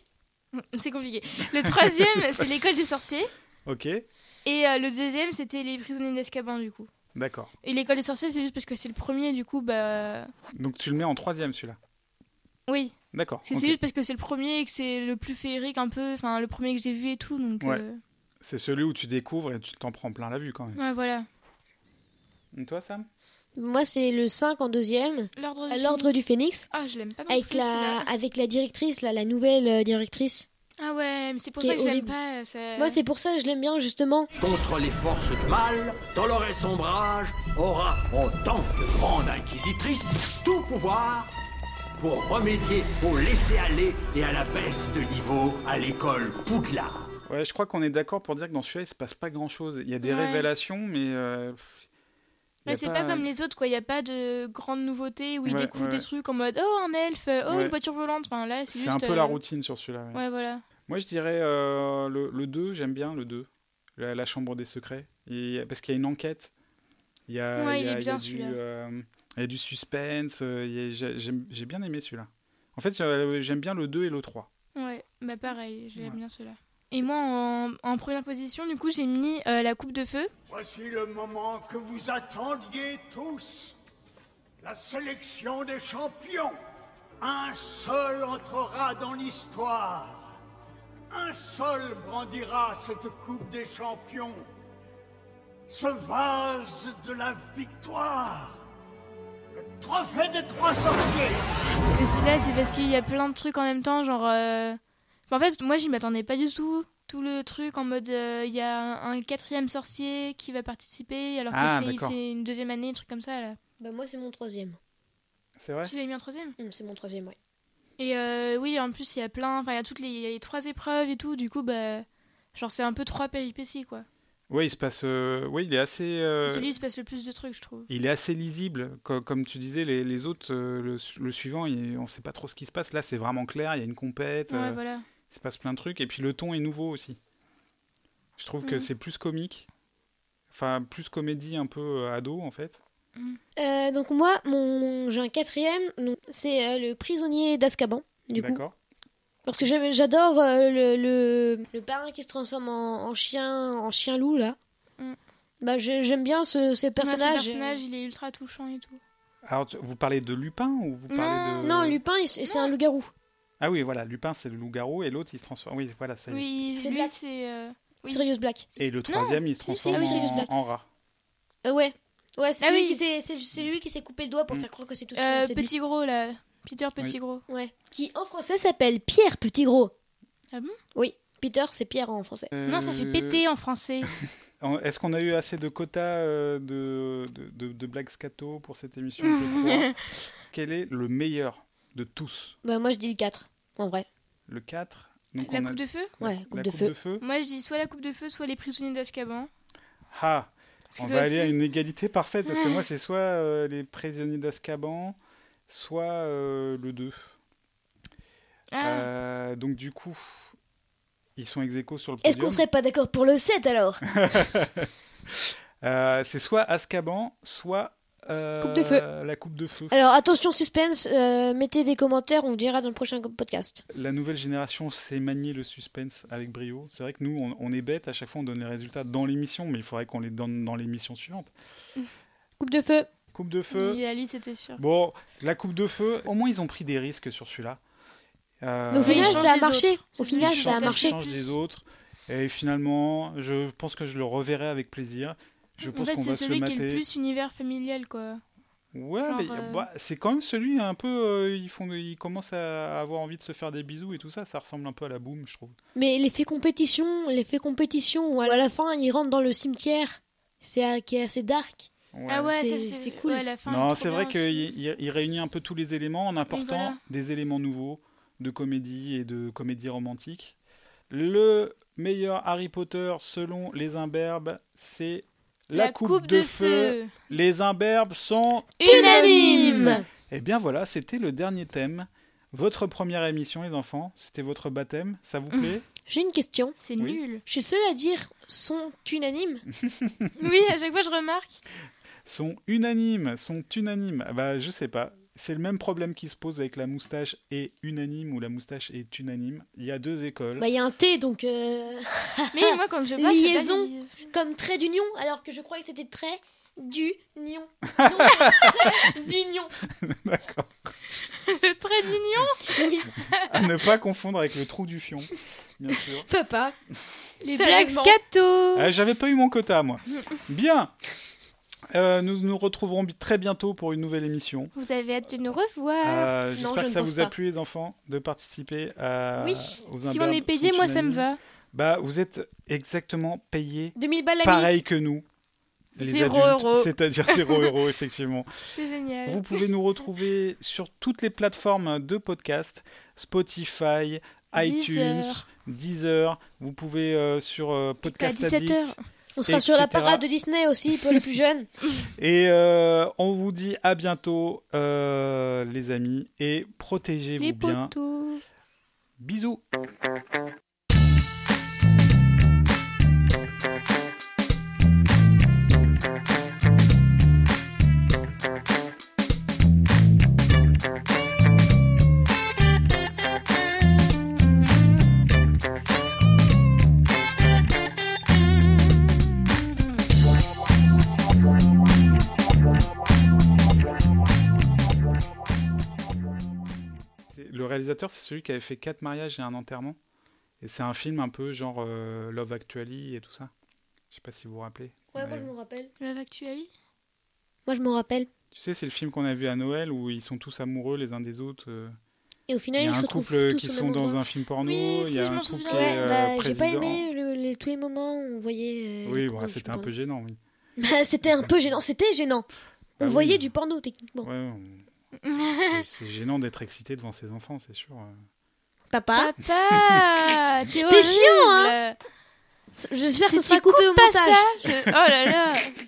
[SPEAKER 1] C'est compliqué. Le troisième, c'est l'école des sorciers.
[SPEAKER 2] Ok,
[SPEAKER 1] Et euh, le deuxième, c'était les prisonniers d'Azkaban, du coup.
[SPEAKER 2] d'accord.
[SPEAKER 1] Et l'école des sorciers, c'est juste parce que c'est le premier, du coup, bah.
[SPEAKER 2] Donc tu le mets en troisième celui-là.
[SPEAKER 1] Oui.
[SPEAKER 2] D'accord.
[SPEAKER 1] Parce que
[SPEAKER 2] ok.
[SPEAKER 1] c'est juste parce que c'est le premier et que c'est le plus féerique, un peu. Enfin, le premier que j'ai vu et tout. Donc,
[SPEAKER 2] Ouais.
[SPEAKER 1] euh,
[SPEAKER 2] C'est celui où tu découvres et tu t'en prends plein la vue quand même.
[SPEAKER 1] ouais, voilà.
[SPEAKER 2] Et toi, Sam
[SPEAKER 3] Moi, c'est le 5 en deuxième,
[SPEAKER 1] L'ordre
[SPEAKER 3] à
[SPEAKER 1] du
[SPEAKER 3] l'ordre du phénix,
[SPEAKER 1] Ah, je l'aime pas non
[SPEAKER 3] avec
[SPEAKER 1] plus,
[SPEAKER 3] la,
[SPEAKER 1] celui-là.
[SPEAKER 3] avec la directrice, là, la nouvelle euh, directrice.
[SPEAKER 1] Ah ouais, mais c'est pour
[SPEAKER 3] Qui
[SPEAKER 1] ça
[SPEAKER 3] est
[SPEAKER 1] que je l'aime
[SPEAKER 3] horrible.
[SPEAKER 1] pas. ça-
[SPEAKER 3] Moi, c'est pour ça que je l'aime bien, justement.
[SPEAKER 11] Contre les forces du mal, dans leur sombrage, aura, en tant que grande inquisitrice, tout pouvoir pour remédier au laisser-aller et à la baisse de niveau à l'école Poudlard.
[SPEAKER 2] Ouais, je crois qu'on est d'accord pour dire que dans celui-là, il se passe pas grand-chose. Il y a des
[SPEAKER 1] Ouais.
[SPEAKER 2] révélations, mais. euh, pff, il y
[SPEAKER 1] Ouais,
[SPEAKER 2] a
[SPEAKER 1] c'est pas... comme les autres, quoi. Il n'y a pas de grandes nouveautés où ils
[SPEAKER 2] Ouais,
[SPEAKER 1] découvrent
[SPEAKER 2] ouais,
[SPEAKER 1] des
[SPEAKER 2] ouais.
[SPEAKER 1] trucs en mode oh, un elfe, euh, oh,
[SPEAKER 2] Ouais.
[SPEAKER 1] une voiture volante. Enfin, là, c'est
[SPEAKER 2] C'est
[SPEAKER 1] juste.
[SPEAKER 2] un peu la
[SPEAKER 1] euh,
[SPEAKER 2] routine sur celui-là. ouais.
[SPEAKER 1] Ouais, voilà.
[SPEAKER 2] Moi, je dirais euh, le, le 2, j'aime bien le 2. La, la chambre des secrets. Et- parce qu'il y a une enquête. Il y a,
[SPEAKER 1] Ouais,
[SPEAKER 2] il y
[SPEAKER 1] il
[SPEAKER 2] a-
[SPEAKER 1] est
[SPEAKER 2] il y a
[SPEAKER 1] bien,
[SPEAKER 2] du,
[SPEAKER 1] celui-là.
[SPEAKER 2] euh, il y a du suspense. euh, il y a- j'ai- j'aime- J'ai bien aimé celui-là. En fait, euh, j'aime bien le 2 et le 3.
[SPEAKER 1] Ouais, bah pareil, j'aime
[SPEAKER 2] Ouais.
[SPEAKER 1] bien cela. Et moi, en, en première position, du coup, j'ai mis euh, la coupe de feu.
[SPEAKER 10] Voici le moment que vous attendiez tous. La sélection des champions. Un seul entrera dans l'histoire. Un seul brandira cette coupe des champions. Ce vase de la victoire. Le trophée des trois sorciers.
[SPEAKER 1] Et celui-là, c'est parce qu'il y a plein de trucs en même temps, genre. euh, En fait, moi, j'y m'attendais pas du tout. Tout le truc en mode euh, il y a un quatrième sorcier qui va participer alors que
[SPEAKER 2] Ah,
[SPEAKER 1] c'est-
[SPEAKER 2] d'accord.
[SPEAKER 1] c'est une deuxième année, un truc comme ça. Là.
[SPEAKER 3] Bah, moi, c'est mon troisième.
[SPEAKER 2] C'est vrai
[SPEAKER 1] Tu l'as mis en troisième
[SPEAKER 3] Hum, C'est mon troisième, ouais.
[SPEAKER 1] Et euh, oui, en plus, il y a plein. Enfin, il y a toutes les, il y a les trois épreuves et tout. Du coup, bah. Genre, c'est un peu trois péripéties, quoi.
[SPEAKER 2] Oui, il se passe. euh, oui, il est assez. euh,
[SPEAKER 1] Et Celui, il se passe le plus de trucs, je trouve.
[SPEAKER 2] il est assez lisible. Co- comme tu disais, les, les autres, euh, le, su- le suivant, il- on sait pas trop ce qui se passe. Là, c'est vraiment clair. Il y a une compète.
[SPEAKER 1] Ouais,
[SPEAKER 2] euh,
[SPEAKER 1] voilà.
[SPEAKER 2] Il se passe plein de trucs. Et puis le ton est nouveau aussi. Je trouve que
[SPEAKER 1] Mhm.
[SPEAKER 2] c'est plus comique. Enfin, plus comédie un peu euh, ado, en fait.
[SPEAKER 3] Euh, donc, moi, mon, j'ai un quatrième, donc, c'est euh, le prisonnier d'Azkaban, du coup.
[SPEAKER 2] D'accord.
[SPEAKER 3] Parce que j'aime- j'adore euh, le, le, le parrain qui se transforme en, en chien en chien loup là.
[SPEAKER 1] Mm.
[SPEAKER 3] Bah j'ai- j'aime bien ce, ces
[SPEAKER 1] Ouais, ce
[SPEAKER 3] personnages.
[SPEAKER 1] personnage, il est ultra touchant et tout.
[SPEAKER 2] Alors, tu- vous parlez de Lupin ou vous parlez de.
[SPEAKER 3] Non, Lupin, il- c'est un loup-garou.
[SPEAKER 2] Ah oui, voilà, Lupin, c'est le loup-garou et l'autre, il se transforme. Oui, voilà, ça y est.
[SPEAKER 1] Oui,
[SPEAKER 3] C'est
[SPEAKER 1] lui,
[SPEAKER 3] Black.
[SPEAKER 1] c'est. euh, Oui.
[SPEAKER 3] Sirius Black.
[SPEAKER 2] Et le troisième, il
[SPEAKER 3] si,
[SPEAKER 2] se
[SPEAKER 3] si,
[SPEAKER 2] transforme
[SPEAKER 3] oui, c'est juste
[SPEAKER 2] en,
[SPEAKER 3] Black.
[SPEAKER 2] en rat.
[SPEAKER 3] Euh, ouais. Ouais, c'est
[SPEAKER 1] Ah
[SPEAKER 3] celui
[SPEAKER 1] oui.
[SPEAKER 3] qui s'est- c'est c'est lui qui s'est coupé le doigt pour
[SPEAKER 2] Mm.
[SPEAKER 3] faire croire que c'est tout ça.
[SPEAKER 1] Euh,
[SPEAKER 3] c'est de lui.
[SPEAKER 1] petit gros, là. Peter Petit
[SPEAKER 2] Oui.
[SPEAKER 1] Gros.
[SPEAKER 3] Ouais. Qui en français s'appelle Pierre Petit Gros.
[SPEAKER 1] Ah bon
[SPEAKER 3] Oui. Peter, c'est Pierre en français.
[SPEAKER 1] Non, ça fait
[SPEAKER 2] Euh,
[SPEAKER 1] péter en français.
[SPEAKER 2] en- Est-ce qu'on a eu assez de quotas euh, de, de, de, de blagues scato pour cette émission je crois Quel est le meilleur de tous
[SPEAKER 3] Bah moi je dis le 4 en vrai.
[SPEAKER 2] Le 4 donc
[SPEAKER 1] la
[SPEAKER 2] on a-
[SPEAKER 1] coupe de feu
[SPEAKER 3] Ouais,
[SPEAKER 2] la
[SPEAKER 3] coupe de feu.
[SPEAKER 1] Moi, je dis soit la coupe de feu, soit les prisonniers d'Azkaban.
[SPEAKER 2] Ah,
[SPEAKER 1] Parce que
[SPEAKER 2] on
[SPEAKER 1] toi
[SPEAKER 2] va aller à
[SPEAKER 1] aussi-
[SPEAKER 2] une égalité parfaite parce que
[SPEAKER 1] Ouais.
[SPEAKER 2] moi, c'est soit euh, les prisonniers d'Azkaban, soit euh, le 2.
[SPEAKER 1] Ah.
[SPEAKER 2] Euh, donc, du coup, ils sont ex aequo sur le
[SPEAKER 3] Est-ce qu'on
[SPEAKER 2] podium.
[SPEAKER 3] serait pas d'accord pour le 7 alors
[SPEAKER 2] Euh, c'est soit Azkaban, soit euh,
[SPEAKER 3] Coupe de feu.
[SPEAKER 2] la coupe de feu.
[SPEAKER 3] Alors attention suspense, euh, mettez des commentaires, on vous dira dans le prochain podcast.
[SPEAKER 2] La nouvelle génération sait manier le suspense avec brio. C'est vrai que nous, on, on est bêtes, à chaque fois on donne les résultats dans l'émission, mais il faudrait qu'on les donne dans l'émission suivante.
[SPEAKER 3] Coupe de feu.
[SPEAKER 2] Coupe de feu.
[SPEAKER 1] Lui, à lui, c'était sûr.
[SPEAKER 2] Bon, la coupe de feu, au moins ils ont pris des risques sur celui-là. Euh,
[SPEAKER 3] Mais au final,
[SPEAKER 1] ils changent
[SPEAKER 3] ça a
[SPEAKER 1] des
[SPEAKER 3] marché.
[SPEAKER 1] autres.
[SPEAKER 3] Au
[SPEAKER 1] Ils
[SPEAKER 3] final,
[SPEAKER 2] ils
[SPEAKER 3] ça a
[SPEAKER 2] changent- ils
[SPEAKER 3] marché.
[SPEAKER 2] changent des autres. Et finalement, je pense que je le reverrai avec plaisir. Je
[SPEAKER 1] En
[SPEAKER 2] pense
[SPEAKER 1] fait,
[SPEAKER 2] qu'on
[SPEAKER 1] c'est
[SPEAKER 2] va se le
[SPEAKER 1] celui qui est
[SPEAKER 2] mater.
[SPEAKER 1] le plus univers familial, quoi.
[SPEAKER 2] Ouais,
[SPEAKER 1] Genre,
[SPEAKER 2] mais
[SPEAKER 1] euh,
[SPEAKER 2] bah, c'est quand même celui un peu. euh, ils, font, ils commencent à avoir envie de se faire des bisous et tout ça. Ça ressemble un peu à la boum, je trouve.
[SPEAKER 3] Mais l'effet compétition, l'effet compétition où à la fin ils rentrent dans le cimetière, c'est a- qui est assez dark.
[SPEAKER 2] Ouais.
[SPEAKER 1] ah ouais, ça,
[SPEAKER 3] C'est-
[SPEAKER 1] c'est
[SPEAKER 3] c'est cool.
[SPEAKER 1] ouais, la fin,
[SPEAKER 2] non,
[SPEAKER 1] trop
[SPEAKER 2] c'est
[SPEAKER 1] bien
[SPEAKER 2] vrai
[SPEAKER 1] aussi.
[SPEAKER 2] qu'il il- il réunit un peu tous les éléments en apportant
[SPEAKER 1] voilà.
[SPEAKER 2] des éléments nouveaux de comédie et de comédie romantique. Le meilleur Harry Potter, selon les imberbes, c'est La, coupe, de, feu. Les imberbes sont
[SPEAKER 1] Unanimes
[SPEAKER 2] Eh bien voilà, c'était le dernier thème. Votre première émission, les enfants, c'était votre baptême. Ça vous plaît
[SPEAKER 3] J'ai une question.
[SPEAKER 1] C'est
[SPEAKER 2] Oui.
[SPEAKER 1] nul.
[SPEAKER 3] Je suis seule à dire sont unanimes.
[SPEAKER 2] Mm.
[SPEAKER 1] Oui, à chaque fois je remarque.
[SPEAKER 2] Sont unanimes, sont unanimes. Ah Bah je sais pas. C'est le même problème qui se pose avec la moustache est unanime ou la moustache est unanime. Il y a deux écoles.
[SPEAKER 3] Bah il y a un T donc euh,
[SPEAKER 1] Mais moi quand je vois,
[SPEAKER 3] Liaison. comme trait d'union alors que je croyais que c'était trait d'union. Non, trait d'union.
[SPEAKER 2] D'accord.
[SPEAKER 1] le trait d'union.
[SPEAKER 2] À ne pas confondre avec le trou du fion, bien sûr.
[SPEAKER 3] Papa.
[SPEAKER 1] Les blagues
[SPEAKER 3] Sérieusement.
[SPEAKER 1] scato.
[SPEAKER 2] Ah, J'avais pas eu mon quota, moi. Bien. Euh, nous nous retrouverons bi- très bientôt pour une nouvelle émission.
[SPEAKER 1] Vous avez hâte de nous revoir.
[SPEAKER 2] Euh,
[SPEAKER 3] non,
[SPEAKER 2] J'espère
[SPEAKER 3] je
[SPEAKER 2] que
[SPEAKER 3] ne
[SPEAKER 2] ça
[SPEAKER 3] pense
[SPEAKER 2] vous a
[SPEAKER 3] pas.
[SPEAKER 2] plu, les enfants, de participer à,
[SPEAKER 3] Oui.
[SPEAKER 2] aux
[SPEAKER 1] si on
[SPEAKER 2] imberbes
[SPEAKER 1] est payé,
[SPEAKER 2] sont
[SPEAKER 1] moi ça me
[SPEAKER 2] unanimes.
[SPEAKER 1] va.
[SPEAKER 2] Bah, vous êtes exactement payés
[SPEAKER 3] 2000 balles la
[SPEAKER 2] pareil
[SPEAKER 3] minute.
[SPEAKER 2] que nous. Les
[SPEAKER 1] Zéro
[SPEAKER 2] adultes,
[SPEAKER 1] euro.
[SPEAKER 2] C'est-à-dire 0 euros, effectivement.
[SPEAKER 1] C'est génial.
[SPEAKER 2] Vous pouvez nous retrouver sur toutes les plateformes de podcast Spotify, iTunes,
[SPEAKER 1] Deezer.
[SPEAKER 2] Deezer. Vous pouvez euh, sur euh, Podcast
[SPEAKER 1] à 17
[SPEAKER 2] Addict.
[SPEAKER 1] heures.
[SPEAKER 3] On sera sur la
[SPEAKER 2] etc.
[SPEAKER 3] parade de Disney aussi pour les plus jeunes.
[SPEAKER 2] Et euh, on vous dit à bientôt, euh, les amis, et protégez-vous
[SPEAKER 1] Les
[SPEAKER 2] bien.
[SPEAKER 1] poteaux.
[SPEAKER 2] Bisous. C'est- Le réalisateur, c'est celui qui avait fait quatre mariages et un enterrement. Et c'est un film un peu genre euh, Love Actually et tout ça. Je sais pas si vous vous rappelez. euh, qu'on
[SPEAKER 3] Ouais,
[SPEAKER 2] avait
[SPEAKER 3] moi je
[SPEAKER 2] vu.
[SPEAKER 3] me rappelle.
[SPEAKER 1] Love Actually.
[SPEAKER 3] Moi je me rappelle.
[SPEAKER 2] Tu sais, c'est le film qu'on a vu à Noël où ils sont tous amoureux les uns des autres. euh.
[SPEAKER 3] Et au
[SPEAKER 2] Il
[SPEAKER 3] final,
[SPEAKER 2] y a
[SPEAKER 3] ils se
[SPEAKER 2] un
[SPEAKER 3] retrouvent
[SPEAKER 2] couple
[SPEAKER 3] tous
[SPEAKER 2] qui
[SPEAKER 3] au
[SPEAKER 2] sont
[SPEAKER 3] même
[SPEAKER 2] dans
[SPEAKER 3] endroit.
[SPEAKER 2] un film porno.
[SPEAKER 1] Oui,
[SPEAKER 2] il y
[SPEAKER 1] si,
[SPEAKER 2] a
[SPEAKER 1] je
[SPEAKER 2] un
[SPEAKER 1] m'en
[SPEAKER 2] couple
[SPEAKER 1] souviens.
[SPEAKER 2] qui
[SPEAKER 3] Ouais,
[SPEAKER 2] est euh,
[SPEAKER 3] bah, j'ai
[SPEAKER 2] président.
[SPEAKER 3] pas aimé le- les- tous les moments où on voyait. euh, les
[SPEAKER 2] Oui,
[SPEAKER 3] couples
[SPEAKER 2] bah,
[SPEAKER 3] dans le
[SPEAKER 2] c'était un
[SPEAKER 3] porno.
[SPEAKER 2] peu gênant. Oui.
[SPEAKER 3] Bah, c'était un peu gênant. C'était gênant. on
[SPEAKER 2] Bah oui.
[SPEAKER 3] voyait du porno techniquement.
[SPEAKER 2] Ouais, on- c'est- c'est gênant d'être excité devant ses enfants, c'est sûr. euh.
[SPEAKER 3] Papa,
[SPEAKER 1] Papa, t'es
[SPEAKER 3] T'es chiant,
[SPEAKER 1] horrible.
[SPEAKER 3] j'espère que
[SPEAKER 1] Si
[SPEAKER 3] ce sera
[SPEAKER 1] tu coupes
[SPEAKER 3] coupé au
[SPEAKER 1] pas
[SPEAKER 3] montage.
[SPEAKER 1] ça, je- oh là là.